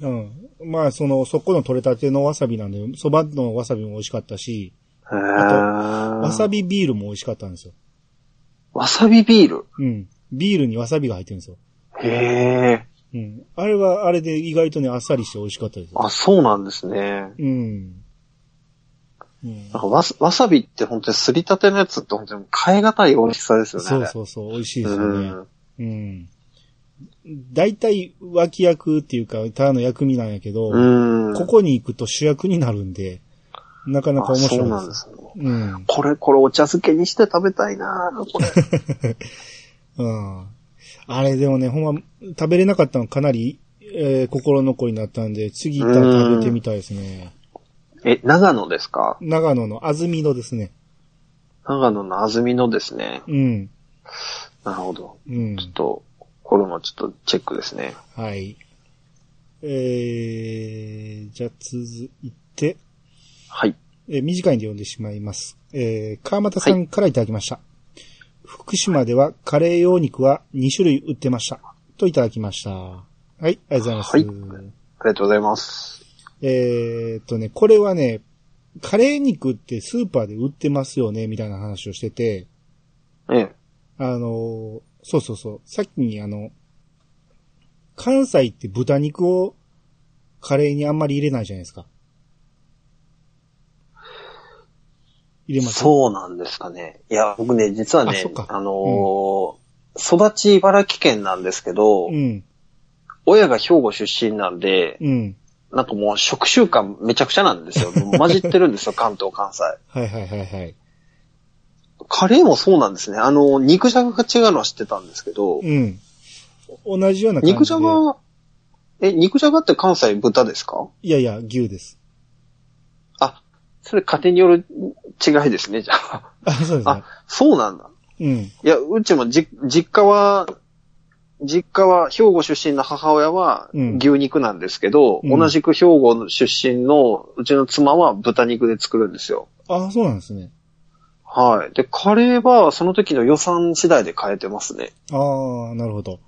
Speaker 2: え。
Speaker 1: うん。まあ、その、そこの取れたてのわさびなんで、蕎麦のわさびも美味しかったし、
Speaker 2: へえ。
Speaker 1: わ
Speaker 2: わ
Speaker 1: さびビールも美味しかったんですよ。
Speaker 2: わさびビール。
Speaker 1: うん。ビールにわさびが入ってるんですよ。
Speaker 2: へえ。
Speaker 1: うん。あれは、あれで意外とね、あっさりして美味しかったですよ。
Speaker 2: あ、そうなんですね。
Speaker 1: うん。うん
Speaker 2: なんかわさわさびって本当にすりたてのやつって本当に変え難い美味しさですよね。
Speaker 1: そうそうそう、美味しいですよね
Speaker 2: うん。。
Speaker 1: うん。大体脇役っていうか、ただの薬味なんやけど、
Speaker 2: うん。
Speaker 1: ここに行くと主役になるんで、なかなか
Speaker 2: あ
Speaker 1: 面白い
Speaker 2: そう
Speaker 1: で。
Speaker 2: なんですすね。
Speaker 1: うん。
Speaker 2: これ、これお茶漬けにして食べたいな これ。
Speaker 1: うん。あれでもね、ほんま、食べれなかったのかなり、えー心残りになったんで、次行ったら食べてみたいですね。
Speaker 2: え、長野ですか
Speaker 1: 長野の安曇野ですね。
Speaker 2: 長野の安曇野ですね。
Speaker 1: うん。
Speaker 2: なるほど。
Speaker 1: うん。
Speaker 2: ちょっと、これもちょっとチェックですね。
Speaker 1: はい。えー、じゃあ続いて、
Speaker 2: はい。
Speaker 1: えー短いんで読んでしまいます。えー、川又さんからいただきました。福島ではカレー用肉は2種類売ってました。といただきました。はい、ありがとうございます。
Speaker 2: はありがとうございます。
Speaker 1: えーっとね、これはね、カレー肉ってスーパーで売ってますよね、みたいな話をしてて、
Speaker 2: ええ。
Speaker 1: あのーそうそうそう、さっきにあの、関西って豚肉をカレーにあんまり入れないじゃないですか。入れます
Speaker 2: そうなんですかね。いや、僕ね、実は
Speaker 1: あ
Speaker 2: ね
Speaker 1: そっ、か
Speaker 2: あのー育ち茨城県なんですけど、
Speaker 1: うん。
Speaker 2: 親が兵庫出身なんで、
Speaker 1: うん。
Speaker 2: なんかもう食習慣めちゃくちゃなんです よ。もう混じってるんですよ、関東、関西。
Speaker 1: はいはいはいはい。
Speaker 2: カレーもそうなんですね。あの、肉じゃがが違うのは知ってたんですけど、
Speaker 1: うん。同じような感じで。
Speaker 2: 肉じゃが、え、肉じゃがって関西豚ですか
Speaker 1: いやいや、牛です。
Speaker 2: あ、それ家庭による違いですね、じゃあ。
Speaker 1: あ、そうですね
Speaker 2: あ。、そうなんだ。
Speaker 1: うん。
Speaker 2: いや、うちもじ、実家は、実家は、兵庫出身の母親は
Speaker 1: うん
Speaker 2: 牛肉なんですけど、
Speaker 1: うん
Speaker 2: 同じく兵庫の出身のうちの妻は豚肉で作るんですよ。
Speaker 1: あ、そうなんですね。
Speaker 2: はい。で、カレーはその時の予算次第で変えてますね。
Speaker 1: ああ、なるほど。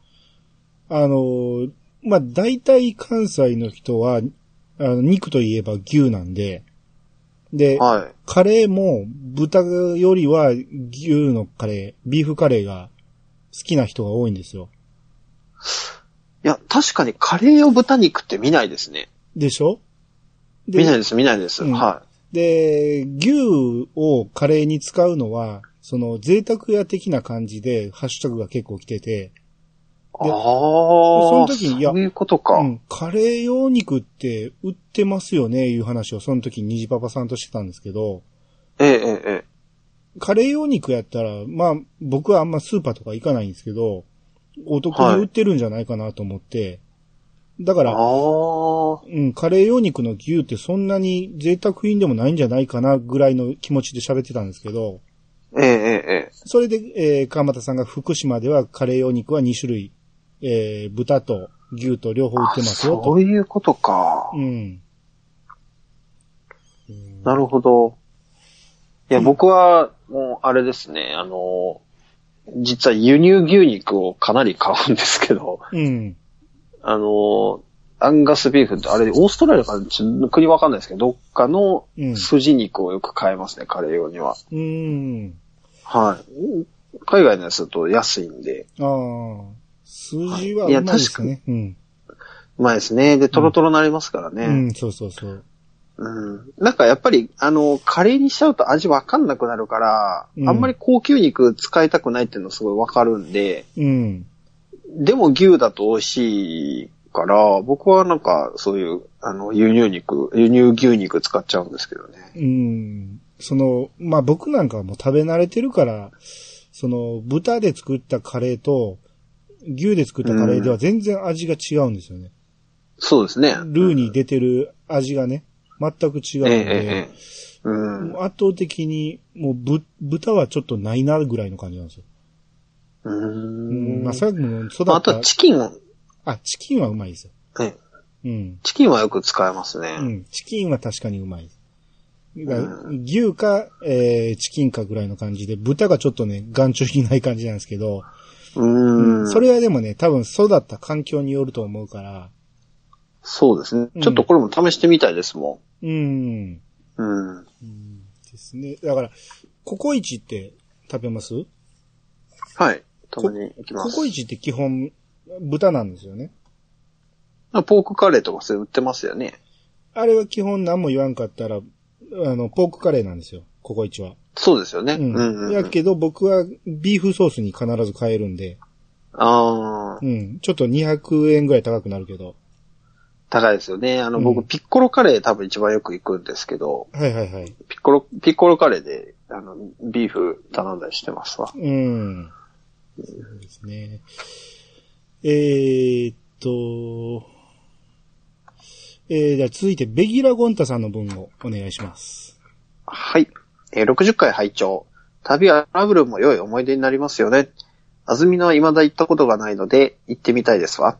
Speaker 1: あのー、まあ、大体関西の人は、あの肉といえば牛なんで、で、
Speaker 2: はい。
Speaker 1: カレーも豚よりは牛のカレー、ビーフカレーが好きな人が多いんですよ。
Speaker 2: いや、確かにカレーを豚肉って見ないですね。
Speaker 1: でしょ
Speaker 2: 見ない
Speaker 1: で
Speaker 2: です、見ないです。
Speaker 1: うん
Speaker 2: は
Speaker 1: で、牛をカレーに使うのは、その贅沢屋的な感じでハッシュタグが結構来てて、
Speaker 2: い。ああ
Speaker 1: で
Speaker 2: ー、
Speaker 1: その
Speaker 2: そ
Speaker 1: 時にいや
Speaker 2: ういうことか。
Speaker 1: うん、カレー用肉って売ってますよね、いう話をその時に虹パパさんとしてたんですけど、
Speaker 2: ええ、ええ、ええ。
Speaker 1: カレー用肉やったら、まあ、僕はあんまスーパーとか行かないんですけど、お得に売ってるんじゃないかなと思って、だか
Speaker 2: あ
Speaker 1: ら、
Speaker 2: あ、
Speaker 1: うん、カレー用肉の牛ってそんなに贅沢品でもないんじゃないかなぐらいの気持ちで喋ってたんですけど、
Speaker 2: ええ、ええ、ええ。
Speaker 1: それで、えー、川俣さんが福島ではカレー用肉は2種類、えー、豚と牛と両方売ってますよ
Speaker 2: あ
Speaker 1: と。
Speaker 2: そういうことか。
Speaker 1: うん。
Speaker 2: なるほど。いや、僕は、もう、あれですね、あの、実は輸入牛肉をかなり買うんですけど、
Speaker 1: うん。
Speaker 2: あの、アンガスビーフって、あれ、オーストラリアかなちょ国わかんないですけど、どっかの
Speaker 1: うん
Speaker 2: 筋肉をよく買えますね、カレー用には。
Speaker 1: うん。
Speaker 2: はい。海外のやつだと安いんで、
Speaker 1: ああ。数字は
Speaker 2: いうや
Speaker 1: まいですね。うん。
Speaker 2: うまいですね。で、トロトロになりますから
Speaker 1: う
Speaker 2: ね。
Speaker 1: ん、そうそうそう。
Speaker 2: うん。なんかやっぱり、あの、カレーにしちゃうと味わかんなくなるから、
Speaker 1: うん
Speaker 2: あんまり高級肉使いたくないっていうのすごいわかるんで、
Speaker 1: うん。
Speaker 2: でも牛だと美味しいから、僕はなんかそういう、あの、輸入肉、輸入牛肉使っちゃうんですけどね。
Speaker 1: うん。その、まあ、僕なんかはもう食べ慣れてるから、その、豚で作ったカレーと、牛で作ったカレーでは全然味が違うんですよね。
Speaker 2: そうですね。
Speaker 1: ルーに出てる味がね、全く違うん
Speaker 2: えええ
Speaker 1: で。
Speaker 2: えええ。うん。
Speaker 1: 圧倒的に、もうぶ、豚はちょっとないなぐらいの感じなんですよ。
Speaker 2: う。
Speaker 1: うんん。まあ、さっきも育っ
Speaker 2: ま
Speaker 1: た。
Speaker 2: ああとはチキン、
Speaker 1: あ、チキンはうまいですよ。
Speaker 2: ね、
Speaker 1: うん。
Speaker 2: チキンはよく使えます
Speaker 1: う
Speaker 2: ね。
Speaker 1: ん。チキンは確かにうまいです。だから
Speaker 2: う
Speaker 1: 牛か、えー、チキンかぐらいの感じで、豚がちょっとね、眼中にない感じなんですけど、
Speaker 2: うん。
Speaker 1: それはでもね、多分育った環境によると思うから、
Speaker 2: そうですね
Speaker 1: うん。
Speaker 2: ちょっとこれも試してみたいですも
Speaker 1: うん。
Speaker 2: ん。うん。
Speaker 1: うんですね。だから、ココイチって食べます
Speaker 2: はい。たまに行きま
Speaker 1: コ
Speaker 2: す。
Speaker 1: コイチって基本、豚なんですよね。
Speaker 2: あポークカレーとかそれ売ってますよね。
Speaker 1: あれは基本何も言わんかったら、あの、ポークカレーなんですよ。ココイチは。
Speaker 2: そうですよね。
Speaker 1: う
Speaker 2: うん
Speaker 1: ん。
Speaker 2: うんう
Speaker 1: や
Speaker 2: ん。
Speaker 1: けど僕はビーフソースに必ず変えるんで、
Speaker 2: ああ、
Speaker 1: うん。ちょっと200円ぐらい高くなるけど。
Speaker 2: 高いですよね。あの、
Speaker 1: う
Speaker 2: 僕、
Speaker 1: ん
Speaker 2: ピッコロカレー多分一番よく行くんですけど、
Speaker 1: はいはいはい。
Speaker 2: ピッコロ、ピッコロカレーで、あの、ビーフ頼んだりしてますわ。
Speaker 1: うん。そうですね。えー、っと、えー、じゃあ続いて、ベギラゴンタさんの文をお願いします。
Speaker 2: はい。えー60回拝聴。旅はトラブルも良い思い出になりますよね。安住のは未だ行ったことがないので、行ってみたいですわ。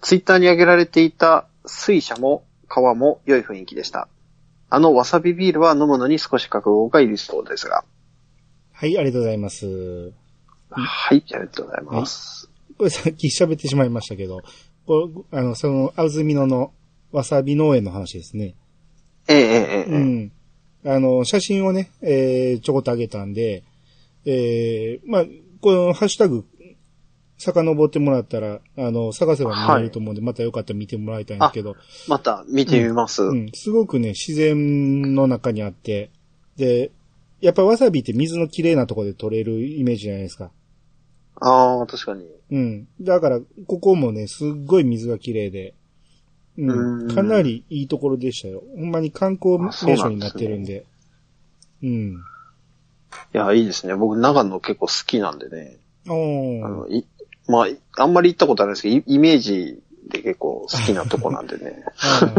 Speaker 2: ツイッターに上げられていた水車も川も良い雰囲気でした。あのわさびビールは飲むのに少し覚悟がいりそうですが。
Speaker 1: はい、ありがとうございます。
Speaker 2: はい、ありがとうございます。
Speaker 1: これさっき喋ってしまいましたけど、これあの、その、安曇野のわさび農園の話ですね。
Speaker 2: ええええええ
Speaker 1: う。ん。あの、写真をね、えー、ちょこっとあげたんで、えー、まあ、このハッシュタグ、遡ってもらったら、あの、探せば見れると思うんで、またよかったら見てもらいたいんですけど、
Speaker 2: また見てみます。
Speaker 1: うん、すごくね、自然の中にあって、で、やっぱりわさびって水の綺麗なところで取れるイメージじゃないですか。
Speaker 2: ああ、確かに。
Speaker 1: うん。だから、ここもね、すっごい水が綺麗で、う。
Speaker 2: うんん
Speaker 1: かなりいいところでしたよ。ほんまに観光名
Speaker 2: あそう
Speaker 1: 所
Speaker 2: なんですね
Speaker 1: になってるんで。うん。
Speaker 2: いや、いいですね。僕、長野結構好きなんでね。
Speaker 1: お
Speaker 2: あ
Speaker 1: ー
Speaker 2: の、い、まあい、あんまり行ったことはないですけど、イイメージで結構好きなとこなんでね。
Speaker 1: あ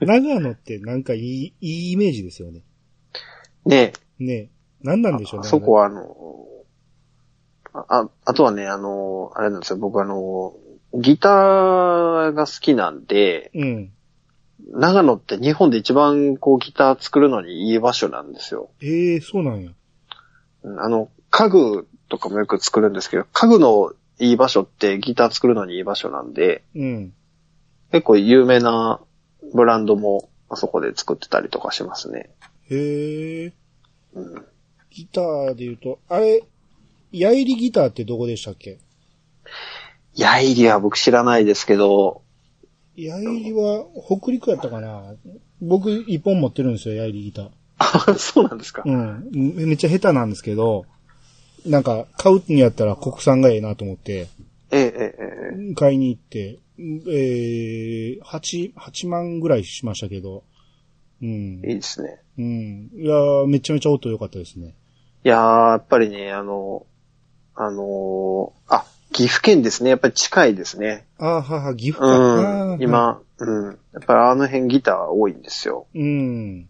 Speaker 1: ー。 長野ってなんかいい、いいイメージですよね。
Speaker 2: ね
Speaker 1: ね なんなんでしょう
Speaker 2: あ
Speaker 1: ね。
Speaker 2: そこはあの、あ、ああとはね、あの、あれなんですよ。僕あの、ギターが好きなんで、
Speaker 1: うん。
Speaker 2: 長野って日本で一番こうギター作るのにいい場所なんですよ。
Speaker 1: ええそうなんや。
Speaker 2: うんあの、家具とかもよく作るんですけど、家具のいい場所ってギター作るのにいい場所なんで、
Speaker 1: うん。
Speaker 2: 結構有名なブランドもあそこで作ってたりとかしますね。
Speaker 1: へえ。
Speaker 2: うん、
Speaker 1: ギターで言うと、あれ、ヤイリギターってどこでしたっけ
Speaker 2: ヤイリは僕知らないですけど、
Speaker 1: ヤイリは北陸やったかな僕一本持ってるんですよ、ヤイリギター。
Speaker 2: あ、そうなんですか。
Speaker 1: うん。めめっちゃ下手なんですけど、なんか買うにやったら国産がええなと思って、
Speaker 2: ええ、ええ、ええ。
Speaker 1: 買いに行って、えー、8、8万ぐらいしましたけど、うん。
Speaker 2: いいですね。
Speaker 1: うん。いやーめちゃめちゃ音良かったですね。
Speaker 2: いやー、やっぱりね、あの、あのーあ、岐阜県ですね。やっぱり近いですね。
Speaker 1: あーはは、岐阜
Speaker 2: う
Speaker 1: か。あ
Speaker 2: ん。
Speaker 1: ー。
Speaker 2: 今、うん。やっぱりあの辺ギター多いんですよ。
Speaker 1: うん。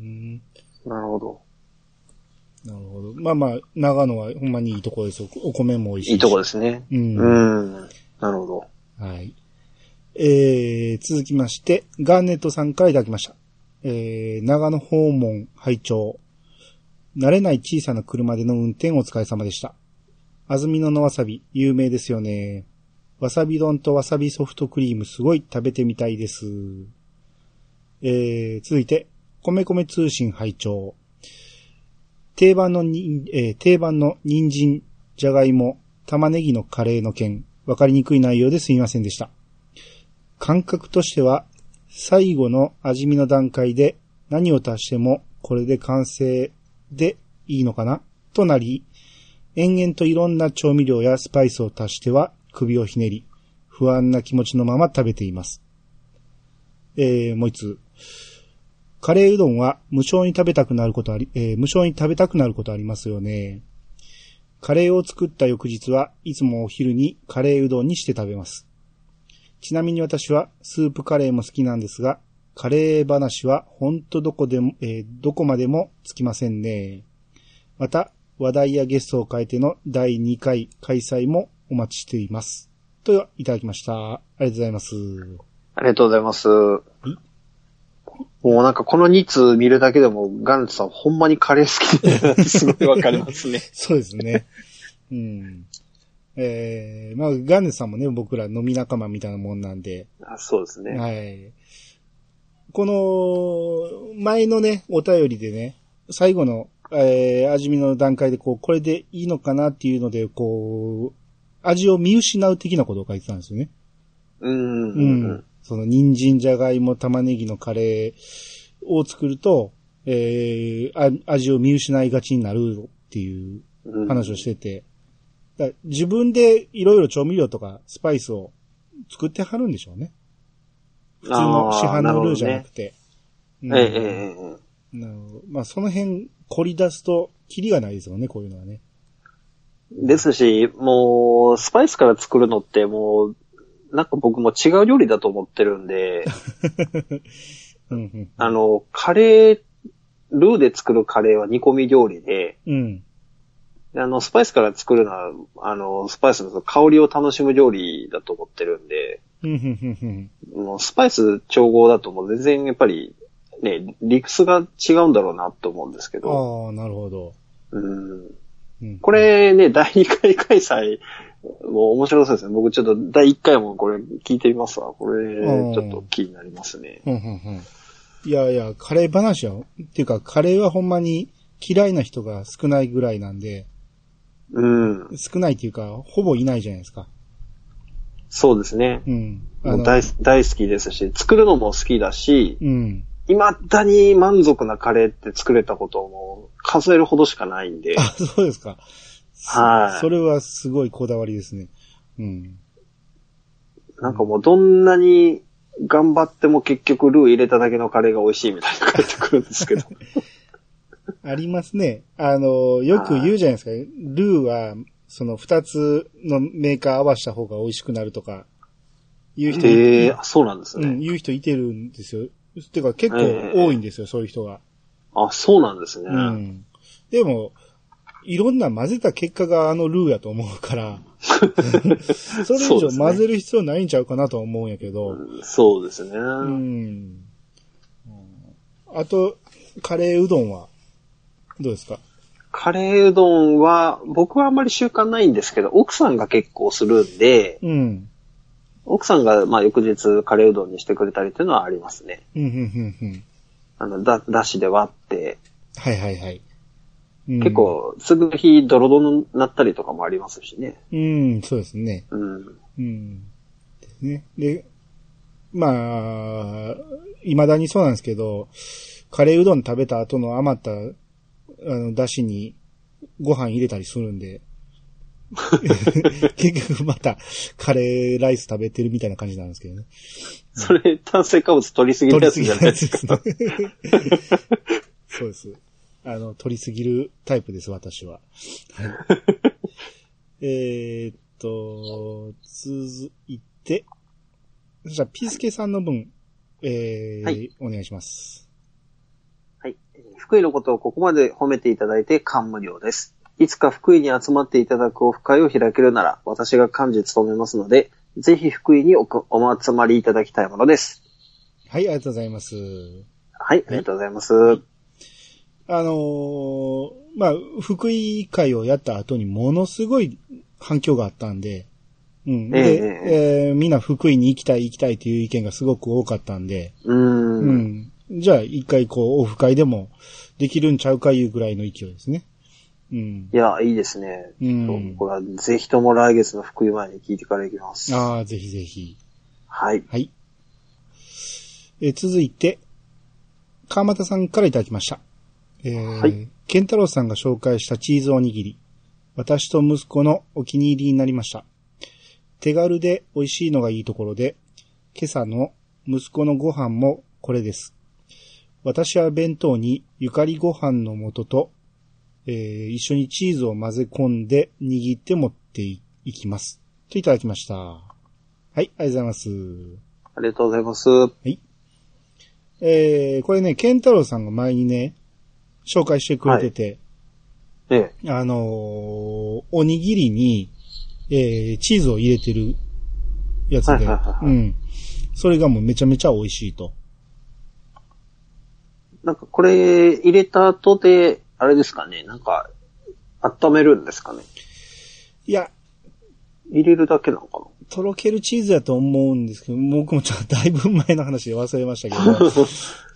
Speaker 1: うん
Speaker 2: なるほど。
Speaker 1: なるほど。まあまあ、長野はほんまにいいとこですよ。お米も美味しいし。
Speaker 2: いいとこですね。
Speaker 1: うん
Speaker 2: うん。なるほど。
Speaker 1: はい。えー、続きまして、ガーネットさんからいただきました。えー、長野訪問拝聴慣れない小さな車での運転お疲れ様でした。安曇野のわさび、有名ですよね。わさび丼とわさびソフトクリームすごい食べてみたいです。えー、続いて、米米通信拝聴定番のに、えー定番の人参、じゃがいも、玉ねぎのカレーの件、わかりにくい内容ですみませんでした。感覚としては、最後の味見の段階で何を足してもこれで完成でいいのかなとなり、延々といろんな調味料やスパイスを足しては首をひねり、不安な気持ちのまま食べています。えー、もう一つ。カレーうどんは無償に食べたくなることあり、えー無償に食べたくなることありますよね。カレーを作った翌日はいつもお昼にカレーうどんにして食べます。ちなみに私はスープカレーも好きなんですが、カレー話はほんとどこでも、えーどこまでもつきませんね。また、話題やゲストを変えての第2回開催もお待ちしています。と、いただきました。ありがとうございます。
Speaker 2: ありがとうございます。もうなんかこの2通見るだけでも、ガンツさんほんまにカレー好きで すごいわかりますね。
Speaker 1: そうです ね。うん。えー、まあ、ガンネさんもね、僕ら飲み仲間みたいなもんなんで、
Speaker 2: あそうですね。
Speaker 1: はい。この、前のね、お便りでね、最後の、えー、味見の段階で、こう、これでいいのかなっていうので、こう、味を見失う的なことを書いてたんですよね。
Speaker 2: うん。
Speaker 1: う
Speaker 2: うん
Speaker 1: ん。その、人参、じゃがいも、玉ねぎのカレーを作ると、えーあ、味を見失いがちになるっていう
Speaker 2: うん
Speaker 1: 話をしてて、だから自分でいろいろ調味料とかスパイスを作ってはるんでしょうね。普通の市販のルーじゃなくて。
Speaker 2: あーなるほどねえええ
Speaker 1: うん
Speaker 2: えええ
Speaker 1: なるほどまあその辺凝り出すとキリがないですよね、こういうのはね。
Speaker 2: ですし、もう、スパイスから作るのってもう、なんか僕も違う料理だと思ってる んで、
Speaker 1: うんうん、
Speaker 2: あの、カレー、ルーで作るカレーは煮込み料理で、
Speaker 1: うん。
Speaker 2: あの、スパイスから作るのは、あの、スパイスの香りを楽しむ料理だと思ってるんで、
Speaker 1: うんうんうんうん
Speaker 2: もうスパイス調合だともう全然やっぱり、ね、理屈が違うんだろうなと思うんですけど、
Speaker 1: ああ、なるほど。
Speaker 2: うん
Speaker 1: うん
Speaker 2: こ、れね、第2回開催、もう面白そうですね。僕ちょっと第1回もこれ聞いてみますわ。これ、ち
Speaker 1: うん
Speaker 2: ょっと気になりますね。
Speaker 1: うんうんうんいやいや、カレー話は、っていうかカレーはほんまに嫌いな人が少ないぐらいなんで、
Speaker 2: うん。
Speaker 1: 少ないっていうか、ほぼいないじゃないですか。
Speaker 2: そうですね。
Speaker 1: うん。
Speaker 2: もう大大好きですし、作るのも好きだし、
Speaker 1: うん。
Speaker 2: 未だに満足なカレーって作れたことも数えるほどしかないんで
Speaker 1: あ、、そうですか。
Speaker 2: はい
Speaker 1: それはすごいこだわりですね。うん。
Speaker 2: なんかもうどんなに頑張っても結局ルー入れただけのカレーが美味しいみたいな書いてくるんですけ ど。
Speaker 1: ありますね。あの、よく言うじゃないですか。ルーは、その二つのメーカー合わせた方が美味しくなるとか、言う人い
Speaker 2: へえー、あそうなんです
Speaker 1: う
Speaker 2: ね。
Speaker 1: ん、言う人いてるんですよ。てか結構
Speaker 2: ええ
Speaker 1: 多いんですよ、そういう人が。
Speaker 2: あ、そうなんですね。
Speaker 1: うん。でも、いろんな混ぜた結果があのルーやと思う から、それ以
Speaker 2: そうで
Speaker 1: 上
Speaker 2: すね
Speaker 1: 混ぜる必要ないんちゃうかなとは思うんやけど、
Speaker 2: そうですね。
Speaker 1: うん。あと、カレーうどんは、どうですか
Speaker 2: カレーうどんは、僕はあんまり習慣ないんですけど、奥さんが結構するんで、
Speaker 1: うん。
Speaker 2: 奥さんが、まあ、翌日カレーうどんにしてくれたりっていうのはありますね。
Speaker 1: うん、うん、うん、うん。
Speaker 2: あの、だ、だしで割って、
Speaker 1: はいはいはい。うん
Speaker 2: 結。構、すぐ日、ドロドロになったりとかもありますしね。
Speaker 1: うん、そうですね。
Speaker 2: うん。
Speaker 1: うん。ですね。で、まあ、未だにそうなんですけど、カレーうどん食べた後の余った、あの、だしに、ご飯入れたりするん で、結局また、カレーライス食べてるみたいな感じなんですけどね。
Speaker 2: それ、炭水化物取りすぎるやつじゃないですか。
Speaker 1: すね。そうです。あの、取りすぎるタイプです、私は。はい、えーっと、続いて、そしたら、ピースケさんの分、えー
Speaker 2: はい
Speaker 1: お願いします。
Speaker 2: はい。福井のことをここまで褒めていただいて感無量です。いつか福井に集まっていただくオフ会を開けるなら、私が幹事務めますので、ぜひ福井におこお集まりいただきたいものです。
Speaker 1: はい、ありがとうございます。
Speaker 2: はい、ありがとうございます。
Speaker 1: あのーまあ、福井会をやった後にものすごい反響があったんで、うん。で、
Speaker 2: ええ
Speaker 1: えーみんな福井に行きたい行きたいという意見がすごく多かったんで、
Speaker 2: うーん。
Speaker 1: うんん。じゃあ、一回こう、オフ会でもできるんちゃうかいうぐらいの勢いですね。うん
Speaker 2: い。や、いいですね。
Speaker 1: うん
Speaker 2: これはぜひとも来月の福井前に聞いてから行きます。
Speaker 1: ああ、ぜひぜひ。
Speaker 2: はい。
Speaker 1: はい。えー続いて、川又さんからいただきました。えー、
Speaker 2: はい
Speaker 1: 健太郎さんが紹介したチーズおにぎり。私と息子のお気に入りになりました。手軽で美味しいのがいいところで、今朝の息子のご飯もこれです。私は弁当にゆかりご飯の素と、えー一緒にチーズを混ぜ込んで握って持っていきます。といただきました。はい、ありがとうございます。
Speaker 2: ありがとうございます。は
Speaker 1: えー、これね、ケンタロウさんが前にね、紹介してくれてて、
Speaker 2: ええ。
Speaker 1: あのーおにぎりに、えー、チーズを入れてるやつ
Speaker 2: はい
Speaker 1: で、
Speaker 2: はいはいは
Speaker 1: う
Speaker 2: い
Speaker 1: ん。それがもうめちゃめちゃ美味しいと。
Speaker 2: なんかこれ入れた後で、あれですかね、なんか、温めるんですかね。
Speaker 1: いや、
Speaker 2: 入れるだけなのかな。
Speaker 1: とろけるチーズやと思うんですけど、僕もちょっとだいぶ前の話で忘れました け ど、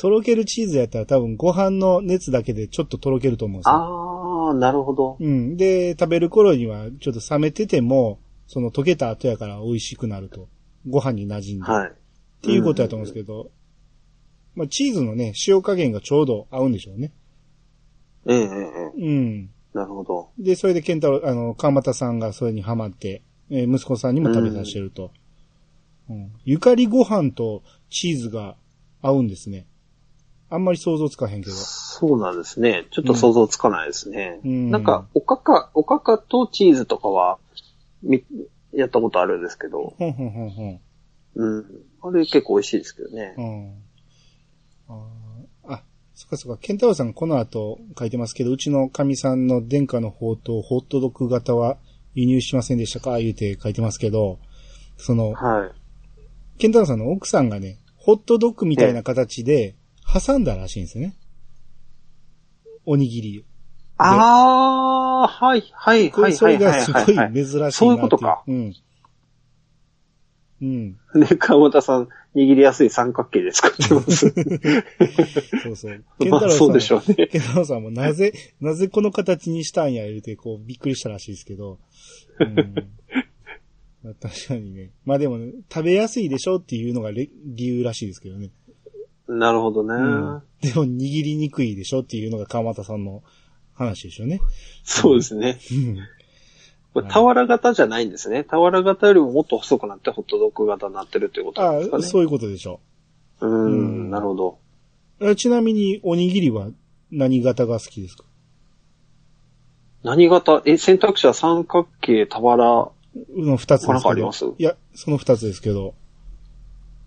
Speaker 1: とろけるチーズやったら多分ご飯の熱だけでちょっととろけると思うんですよ。
Speaker 2: ああ、なるほど。
Speaker 1: うん。で、食べる頃にはちょっと冷めてても、その溶けた後やから美味しくなると。ご飯に馴染んで。
Speaker 2: はい。っ
Speaker 1: っていうことだと思うんですけど、まあ、チーズのね、塩加減がちょうど合うんでしょうね。
Speaker 2: ど。ええええええ
Speaker 1: うん。
Speaker 2: なるほど。
Speaker 1: で、それでケンタロウ、あの、川又さんがそれにハマって、えー息子さんにも食べさせてると、うんゆかりご飯とチーズが合うんですね。あんまり想像つかへんけど。
Speaker 2: そうなんですね。ちょっと想像つかないですね。
Speaker 1: うん
Speaker 2: なんか、おかか、おかかとチーズとかは、み、やったことあるんですけど、
Speaker 1: ほんほんほんほん。
Speaker 2: うん。あれ結構美味しいですけどね
Speaker 1: う。ん。あーあ、そっかそっか。ケンタロウさんこの後書いてますけど、うちの神さんの殿下の宝刀、ホットドッグ型は輸入しませんでしたか言うて書いてますけど、その、
Speaker 2: はい。
Speaker 1: ケンタロウさんの奥さんがね、ホットドッグみたいな形で挟んだらしいんですよね。おにぎり。
Speaker 2: ああ、はい、はい、
Speaker 1: こ
Speaker 2: は
Speaker 1: れ
Speaker 2: い、
Speaker 1: そ
Speaker 2: はい、
Speaker 1: れ
Speaker 2: は
Speaker 1: が
Speaker 2: い、
Speaker 1: す
Speaker 2: は
Speaker 1: ごい珍し
Speaker 2: い。
Speaker 1: い
Speaker 2: は
Speaker 1: ないっていう。
Speaker 2: そういうことか。
Speaker 1: うん。うん。
Speaker 2: で、川端さん、握りやすい三角形で使ってます。
Speaker 1: そうそう。
Speaker 2: まあ、そうでしょうね。
Speaker 1: ケンタロウさんもなぜ、なぜこの形にしたんや、言うて、こう、びっくりしたらしいですけど。うん、まあ確かにね。まあでもね、食べやすいでしょっていうのがれ理由らしいですけどね。
Speaker 2: なるほどね。
Speaker 1: うんでも握りにくいでしょっていうのが川又さんの話でしょうね。
Speaker 2: そうですね。
Speaker 1: うん
Speaker 2: これ、俵型じゃないんですね。俵型よりももっと細くなって、ホットドッグ型になってるっていうことなん
Speaker 1: あ
Speaker 2: ですかね。
Speaker 1: そういうことでしょ
Speaker 2: う。
Speaker 1: うん
Speaker 2: ん、なるほど。
Speaker 1: う。あちなみに、おにぎりは何型が好きですか
Speaker 2: 何型え、選択肢は三角形、俵。
Speaker 1: の二つですけど。
Speaker 2: なんかあります
Speaker 1: いや、その二つですけど。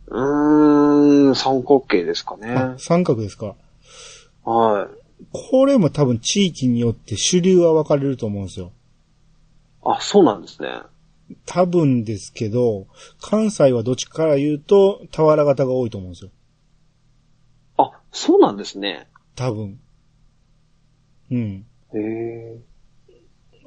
Speaker 2: うーん、三角形ですか
Speaker 1: あ
Speaker 2: ね、。
Speaker 1: 三角ですか。
Speaker 2: はい。
Speaker 1: これも多分地域によって主流は分かれると思うんですよ。
Speaker 2: あ、そうなんですね。
Speaker 1: 多分ですけど、関西はどっちから言うと、俵型が多いと思うんですよ。
Speaker 2: あ、そうなんですね。
Speaker 1: 多分。うん。
Speaker 2: へえ。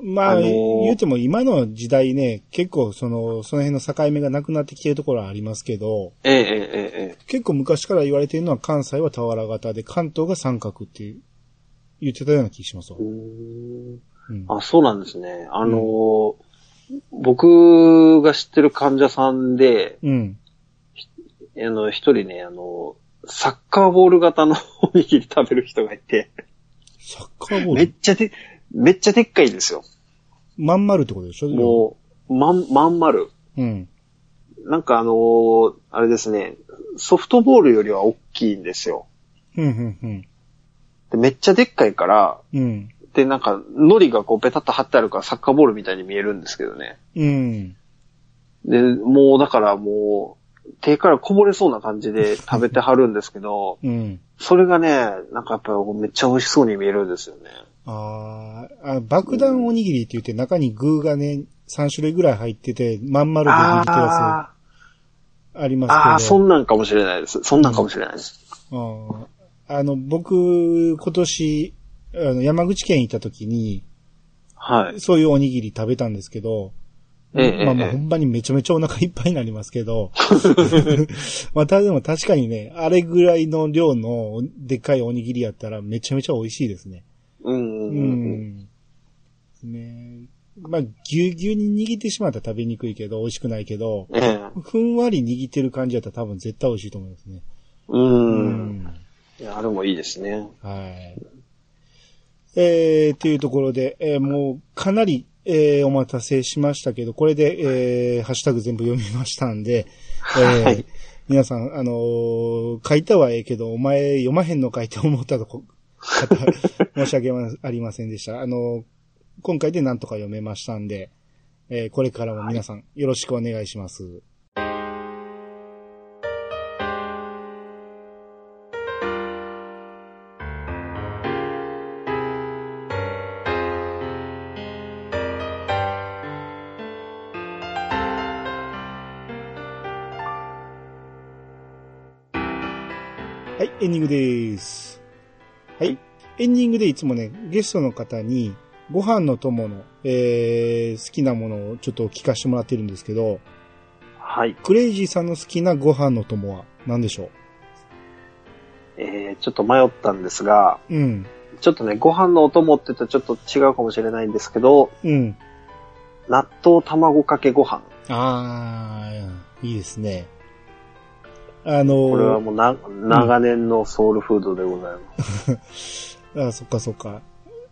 Speaker 1: まあ、
Speaker 2: あのー
Speaker 1: 言うても今の時代ね、結構その、その辺の境目がなくなってきてるところはありますけど、
Speaker 2: ええええええ。
Speaker 1: 結構昔から言われてるのは関西は俵型で、関東が三角っていう、言ってたような気しますわ
Speaker 2: う。ーん
Speaker 1: うん。
Speaker 2: あ、そうなんですね。あのー僕が知ってる患者さんで、
Speaker 1: うん。
Speaker 2: あの、一人ね、あのーサッカーボール型のおにぎり食べる人がいて、
Speaker 1: サッカーボー
Speaker 2: めっ
Speaker 1: ル、
Speaker 2: ちゃで、めっちゃでっかいですよ。
Speaker 1: まん丸ってことでしょ
Speaker 2: もう、まん、まん丸。
Speaker 1: うん。
Speaker 2: なんかあのーあれですね、ソフトボールよりは大きいんですよ。
Speaker 1: うん、うん、うん。
Speaker 2: でめっちゃでっかいから、
Speaker 1: うん。
Speaker 2: で、なんか、糊がこう、ペタッと貼ってあるからサッカーボールみたいに見えるんですけどね。
Speaker 1: うん。、
Speaker 2: で、もうだからもう、手からこぼれそうな感じで食べてはるんですけど
Speaker 1: うん。
Speaker 2: それがね、なんかやっぱりめっちゃ美味しそうに見えるんですよね。
Speaker 1: あーあ、爆弾おにぎりって言って中に具がね、3種類ぐらい入ってて、まん丸でできてるや
Speaker 2: あ
Speaker 1: つありま
Speaker 2: ーあー、
Speaker 1: すけど。
Speaker 2: そんなんかもしれないです。そんなんかもしれないです。
Speaker 1: うんあの、僕、今年、あの、山口県行った時に、
Speaker 2: はい。
Speaker 1: そういうおにぎり食べたんですけど、
Speaker 2: ええ
Speaker 1: まあまあ、
Speaker 2: ええ
Speaker 1: ほんまにめちゃめちゃお腹いっぱいになりますけ ど、 まあ、たでも確かにね、あれぐらいの量のでっかいおにぎりやったらめちゃめちゃ美味しいですね。
Speaker 2: うん
Speaker 1: う
Speaker 2: うんうん。
Speaker 1: ん。ねまあ、ぎゅうぎゅうに握ってしまったら食べにくいけど、美味しくないけど、
Speaker 2: ええ。
Speaker 1: ふんわり握ってる感じやったら多分絶対美味しいと思いますね。
Speaker 2: う。。
Speaker 1: うん
Speaker 2: いやあれもいいですね。
Speaker 1: はい。えー、というところで、えーもうかなり、えー、お待たせしましたけど、これで、えー、ハッシュタグ全部読みましたんで、えー
Speaker 2: はい
Speaker 1: 皆さん、あのー書いたはええけど、お前読まへんのかいって思ったとこ、 方申し訳ありませんでした。あのー今回でなんとか読めましたんで、えーこれからも皆さんよろしくお願いします。はい、エンディングです。はい。エンディングでいつもね、ゲストの方に、ご飯の友の、えー、好きなものをちょっと聞かせてもらってるんですけど、
Speaker 2: はい。
Speaker 1: クレイジーさんの好きなご飯の友は何でしょ
Speaker 2: えー、ちょっと迷ったんですが、
Speaker 1: ううん、
Speaker 2: ちょっとね、ご飯のお供って言ったらちょっと違うかもしれないんですけど、
Speaker 1: うん。
Speaker 2: 納豆卵かけご飯。
Speaker 1: あー、いいですね。あのー
Speaker 2: これはもうな、長年のソウルフードでございます。
Speaker 1: あ、そっかそっか。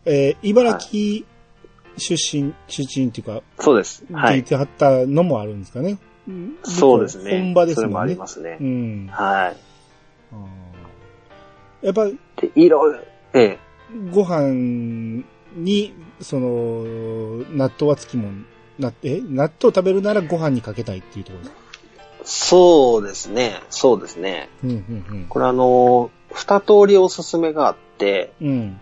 Speaker 1: えー、茨城出身、出身っていうか、
Speaker 2: そうです。は
Speaker 1: 聞い
Speaker 2: い。
Speaker 1: てはったのもあるんですかね。うん
Speaker 2: そうですね。
Speaker 1: 本場ですも
Speaker 2: それ
Speaker 1: んね。
Speaker 2: もありますね
Speaker 1: う。ん。
Speaker 2: は
Speaker 1: やっぱ、
Speaker 2: い。で、いろいろ、ええ。
Speaker 1: ご飯に、その、納豆はつきもん、な、え、納豆食べるならご飯にかけたいっていうところです。
Speaker 2: そうですね。そうですね。
Speaker 1: うん、うん、
Speaker 2: これあの、二通りおすすめがあって、
Speaker 1: うん。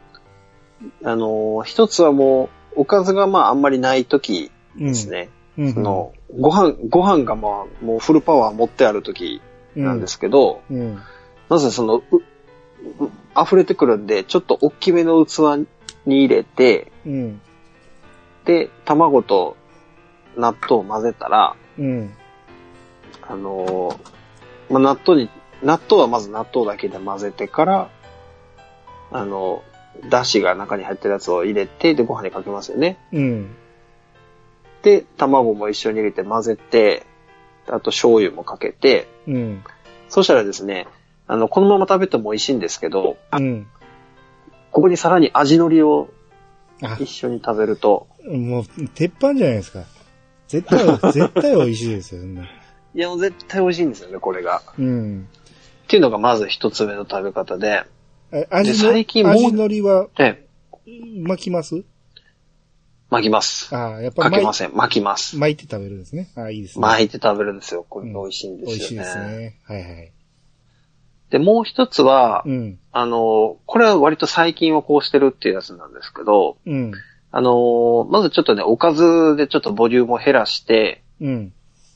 Speaker 1: うん。
Speaker 2: あの、一つはもう、おかずがまああんまりない時
Speaker 1: うん。
Speaker 2: です。ね。
Speaker 1: うん、
Speaker 2: その、ご飯、ご飯がまあ、もうフルパワー持ってある時なんですけど、
Speaker 1: うん。うん。
Speaker 2: まずその、うう溢れてくるんで、ちょっと大きめの器に入れて、
Speaker 1: うん。
Speaker 2: で、卵と納豆を混ぜたら、
Speaker 1: うん。
Speaker 2: あのーまあ、納豆に、納豆はまず納豆だけで混ぜてから、あのー、だしが中に入ってるやつを入れて、で、ご飯にかけますよね。
Speaker 1: うん。
Speaker 2: で、卵も一緒に入れて混ぜて、あと醤油もかけて、
Speaker 1: うん。
Speaker 2: そしたらですね、あの、このまま食べても美味しいんですけど、
Speaker 1: うん。
Speaker 2: ここにさらに味のりを
Speaker 1: あ、
Speaker 2: 一緒に食べると、
Speaker 1: もう、鉄板じゃないですか。絶 対、絶対美味しいですよ、そんない
Speaker 2: や、もう絶対美味しいんですよね、これが。っ
Speaker 1: うん。
Speaker 2: ていうのがまず一つ目の食べ方で、
Speaker 1: あ味の、
Speaker 2: 最近もう
Speaker 1: 味のりは
Speaker 2: で、
Speaker 1: 巻きます
Speaker 2: 巻きます。
Speaker 1: ああ、やっぱ
Speaker 2: かけ
Speaker 1: 巻い
Speaker 2: ません。巻きます。
Speaker 1: 巻いて食べるんですね。ああ、いいですね。
Speaker 2: 巻いて食べるんですよ。これが美味しいんで
Speaker 1: 美味し
Speaker 2: す
Speaker 1: い
Speaker 2: よ
Speaker 1: です
Speaker 2: ね。
Speaker 1: ね。はいはい。
Speaker 2: で、もう一つは
Speaker 1: う、ん。
Speaker 2: あの、これは割と最近はこうしてるっていうやつなんですけど、
Speaker 1: うん。
Speaker 2: あの、まずちょっとね、おかずでちょっとボリュームを減らして、
Speaker 1: うん。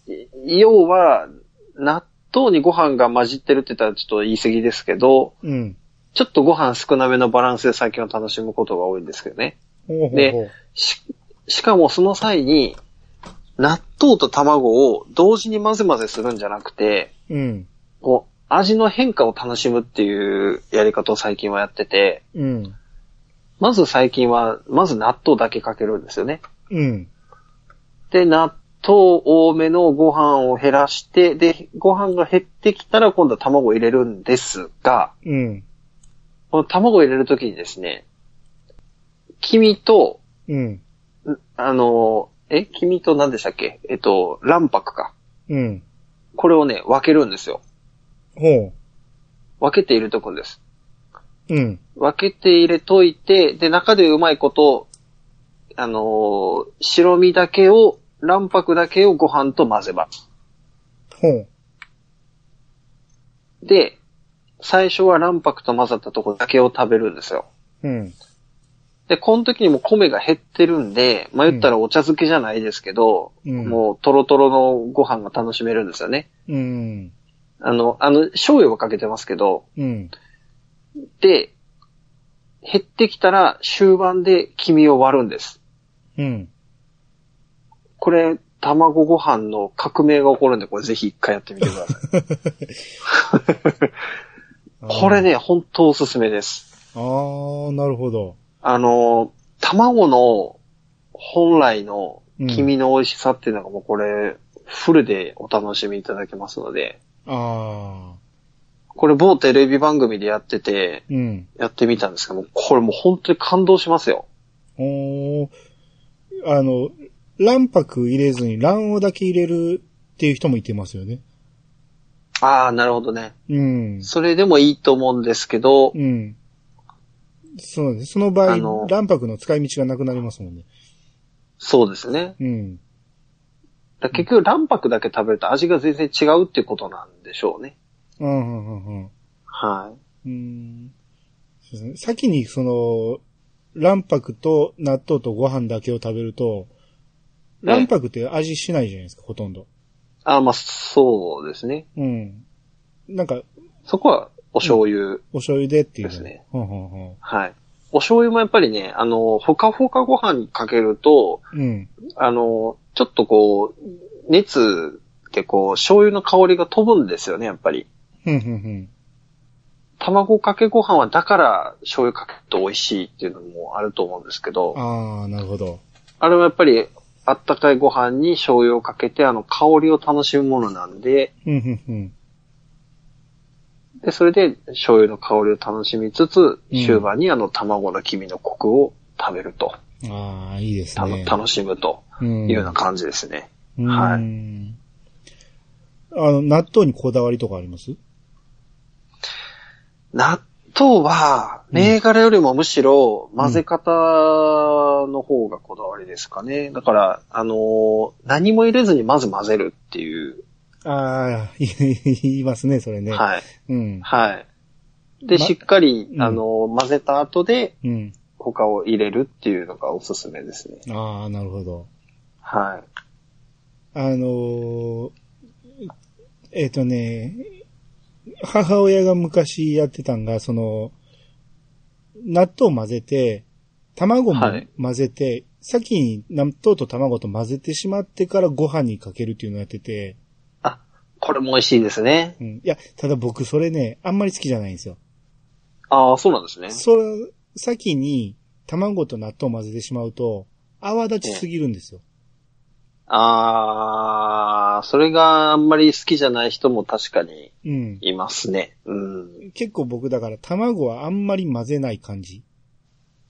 Speaker 2: い要は、納豆にご飯が混じってるって言ったらちょっと言い過ぎですけど、
Speaker 1: うん。
Speaker 2: ちょっとご飯少なめのバランスで最近は楽しむことが多いんですけどね。
Speaker 1: ほうほう
Speaker 2: で
Speaker 1: ほう。
Speaker 2: し、しかもその際に、納豆と卵を同時に混ぜ混ぜするんじゃなくて、
Speaker 1: うん。
Speaker 2: こう、味の変化を楽しむっていうやり方を最近はやってて、
Speaker 1: うん。
Speaker 2: まず最近は、まず納豆だけかけるんですよね。
Speaker 1: うん。
Speaker 2: で、納豆多めのご飯を減らして、で、ご飯が減ってきたら今度は卵を入れるんですが、
Speaker 1: うん。
Speaker 2: この卵を入れるときにですね、黄身と、
Speaker 1: うん。
Speaker 2: んあの、え黄身と何でしたっけえっと、卵白か。
Speaker 1: うん。
Speaker 2: これをね、分けるんですよ。
Speaker 1: ほ
Speaker 2: 分けて入れとくんです。
Speaker 1: う。うん。
Speaker 2: 分けて入れといて、で、中でうまいこと、あのー白身だけを、卵白だけをご飯と混ぜます。
Speaker 1: ほう。
Speaker 2: で、最初は卵白と混ざったとこだけを食べるんですよ。
Speaker 1: うん。
Speaker 2: で、この時にもう米が減ってるんで、まあ、言ったらお茶漬けじゃないですけど、
Speaker 1: うん
Speaker 2: もうトロトロのご飯が楽しめるんですよね。
Speaker 1: うん。
Speaker 2: あの、あの、醤油はかけてますけど、
Speaker 1: うん。
Speaker 2: で、減ってきたら終盤で黄身を割るんです。
Speaker 1: うん。
Speaker 2: これ、卵ご飯の革命が起こるんで、これぜひ一回やってみてください。 これね、本当おすすめです。
Speaker 1: あー。あー、なるほど。
Speaker 2: あの、卵の本来の黄身の美味しさっていうのがもうこれ、フルでお楽しみいただけますので、
Speaker 1: あ
Speaker 2: これ某テレビ番組でやってて、
Speaker 1: ー。うん。
Speaker 2: やってみたんですけども、これもう本当に感動しますよ。
Speaker 1: おー。あの、卵白入れずに卵黄だけ入れるっていう人もいてますよね。
Speaker 2: ああ、なるほどね。
Speaker 1: うん。
Speaker 2: それでもいいと思うんですけど、
Speaker 1: うん。そうです。その場
Speaker 2: あ
Speaker 1: 合
Speaker 2: の、
Speaker 1: 卵白の使い道がなくなりますもんね。
Speaker 2: そうですね。
Speaker 1: うん。
Speaker 2: だ結局卵白だけ食べると味が全然違うっていうことなんでしょうね。
Speaker 1: うん、うん、うん、うん。
Speaker 2: は
Speaker 1: うんそうですね先にその、卵白と納豆とご飯だけを食べると、
Speaker 2: い。
Speaker 1: 卵
Speaker 2: ね
Speaker 1: 白って味しないじゃないですか、ほとんど。
Speaker 2: あまあ、そうですね。
Speaker 1: うん。なんか、
Speaker 2: そこはお醤油。
Speaker 1: お醤油でっていうの
Speaker 2: ですね。
Speaker 1: ほんほんほん。
Speaker 2: はい。お醤油もやっぱりね、あの、ほかほかご飯にかけると、
Speaker 1: うん。
Speaker 2: あの、ちょっとこう、熱でこう、醤油の香りが飛ぶんですよね、やっぱり。
Speaker 1: ふんふんふん。
Speaker 2: 卵かけご飯はだから醤油かけると美味しいっていうのもあると思うんですけど、
Speaker 1: あ
Speaker 2: あ
Speaker 1: ー、なるほど。
Speaker 2: れはやっぱりあったかいご飯に醤油をかけてあの香りを楽しむものなんで、
Speaker 1: ふんふんふん。
Speaker 2: で、それで醤油の香りを楽しみつつ、終盤にあの卵の黄身のコクを食べると、
Speaker 1: あー、いいです
Speaker 2: た
Speaker 1: ね。
Speaker 2: 楽しむと
Speaker 1: うん
Speaker 2: いうような感じですね。
Speaker 1: は。あ
Speaker 2: はい
Speaker 1: の、納豆にこだわりとかあります
Speaker 2: 納豆は、銘柄よりもむしろ混ぜ方の方がこだわりですかね。だから、あのー何も入れずにまず混ぜるっていう。
Speaker 1: ああ、い言いますね、それね。
Speaker 2: はい。
Speaker 1: うん。
Speaker 2: はい。で、
Speaker 1: ま
Speaker 2: しっかり
Speaker 1: う、ん
Speaker 2: あのー混ぜた後で
Speaker 1: うん。
Speaker 2: 他を入れるっていうのがおすすめですね。
Speaker 1: ああ、なるほど。
Speaker 2: はい。
Speaker 1: あのーえっ、とね、母親が昔やってたんが、その、納豆混ぜて、卵も
Speaker 2: はい
Speaker 1: 混ぜて、先に納豆と卵と混ぜてしまってからご飯にかけるっていうのをやってて、
Speaker 2: あ、これも美味しいですね。
Speaker 1: うん。いや、ただ僕それね、あんまり好きじゃないんですよ。
Speaker 2: ああ、そうなんですね。
Speaker 1: それ、先に卵と納豆を混ぜてしまうと、泡立ちすぎるんですよ。
Speaker 2: あああ、それがあんまり好きじゃない人も確かに
Speaker 1: うん。
Speaker 2: いますね。うん。
Speaker 1: 結構僕だから卵はあんまり混ぜない感じ。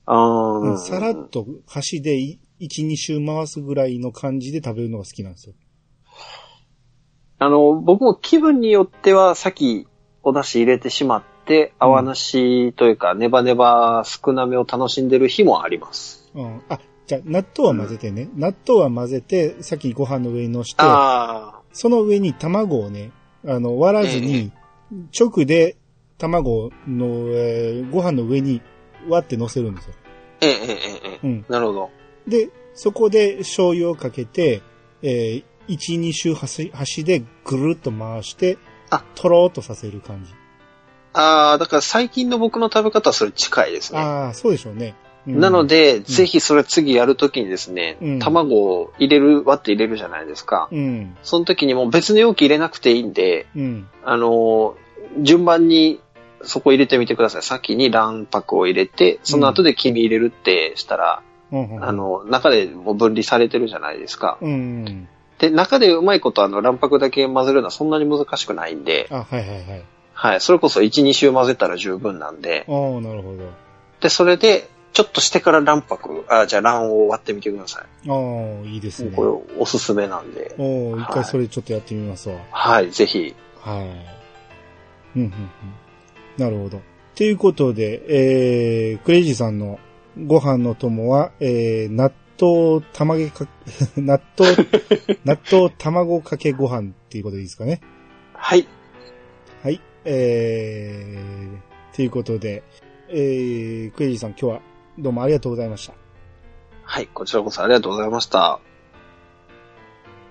Speaker 2: ああ。
Speaker 1: さらっと箸でい1、2周回すぐらいの感じで食べるのが好きなんですよ。
Speaker 2: あの、僕も気分によっては、さっきお出汁入れてしまって、
Speaker 1: うん
Speaker 2: 泡なしというか、ネバネバ少なめを楽しんでる日もあります。
Speaker 1: うん。あ、じゃあ納豆は混ぜてね。納豆は混ぜて、さっきご飯の上に乗して、
Speaker 2: あ
Speaker 1: その上に卵をね、あの、割らずに、直で卵の、えーご飯の上に割って乗せるんですよ。
Speaker 2: あ、ええええええ。
Speaker 1: うん。
Speaker 2: なるほど。
Speaker 1: で、そこで醤油をかけて、えー、1、2周箸箸でぐるっと回して
Speaker 2: あ、
Speaker 1: とろーっとさせる感じ。
Speaker 2: ああ、だから最近の僕の食べ方はそれ近いですね。
Speaker 1: ああ、そうでしょうね。うん
Speaker 2: なの、で、ぜひそれ次やるときにですね、
Speaker 1: うん
Speaker 2: 卵を入れる、割って入れるじゃないですか。
Speaker 1: うん、
Speaker 2: その時にもう別の容器入れなくていいんで、
Speaker 1: うん、
Speaker 2: あのー順番にそこ入れてみてください。先に卵白を入れて、その後で黄身入れるってしたら、
Speaker 1: うんうん
Speaker 2: あ、の、中でもう分離されてるじゃないですか。
Speaker 1: うん。
Speaker 2: で、中でうまいことあの卵白だけ混ぜるのはそんなに難しくないんで、
Speaker 1: あ、はいはいはい。
Speaker 2: はい、それこそ1、2周混ぜたら十分なんで、
Speaker 1: ああ、なるほど。
Speaker 2: で、それで、ちょっとしてから卵白、あ、じゃあ卵黄を割ってみてくださ
Speaker 1: ああ、いいで
Speaker 2: い。
Speaker 1: すね。
Speaker 2: こ
Speaker 1: お
Speaker 2: れおすすめなんで、
Speaker 1: お一
Speaker 2: は
Speaker 1: 回
Speaker 2: い
Speaker 1: それちょっとやってみますわ。
Speaker 2: はい、ぜひ。
Speaker 1: はい。うん、うん、うん。なるほど。ということで、えー、クレイジーさんのご飯の友は、えー、納豆玉げか、 納豆、納豆卵かけご飯っていうことでいいですかね。
Speaker 2: はい、
Speaker 1: はい。えー、ということで、えー、クレイジーさん今日はどうもありがとうございました。
Speaker 2: はい、こちらこそありがとうございました。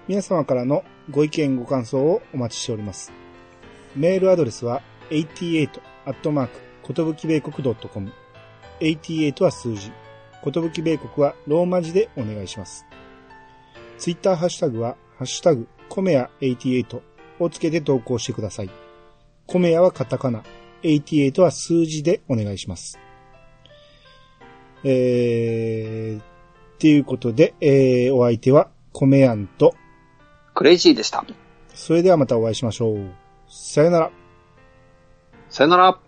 Speaker 1: 皆様からのご意見ご感想をお待ちしております。メールアドレスは88アットマーク、ことぶき米国 .com。88は数字。ことぶき米国はローマ字でお願いします。ツイッターハッシュタグは、ハッシュタグ、コメヤ88をつけて投稿してください。コメヤはカタカナ、88は数字でお願いします。えー、っていうことで、えー、お相手は、コメヤンと、
Speaker 2: クレイジーでした。
Speaker 1: それではまたお会いしましょう。さよなら。
Speaker 2: さよなら。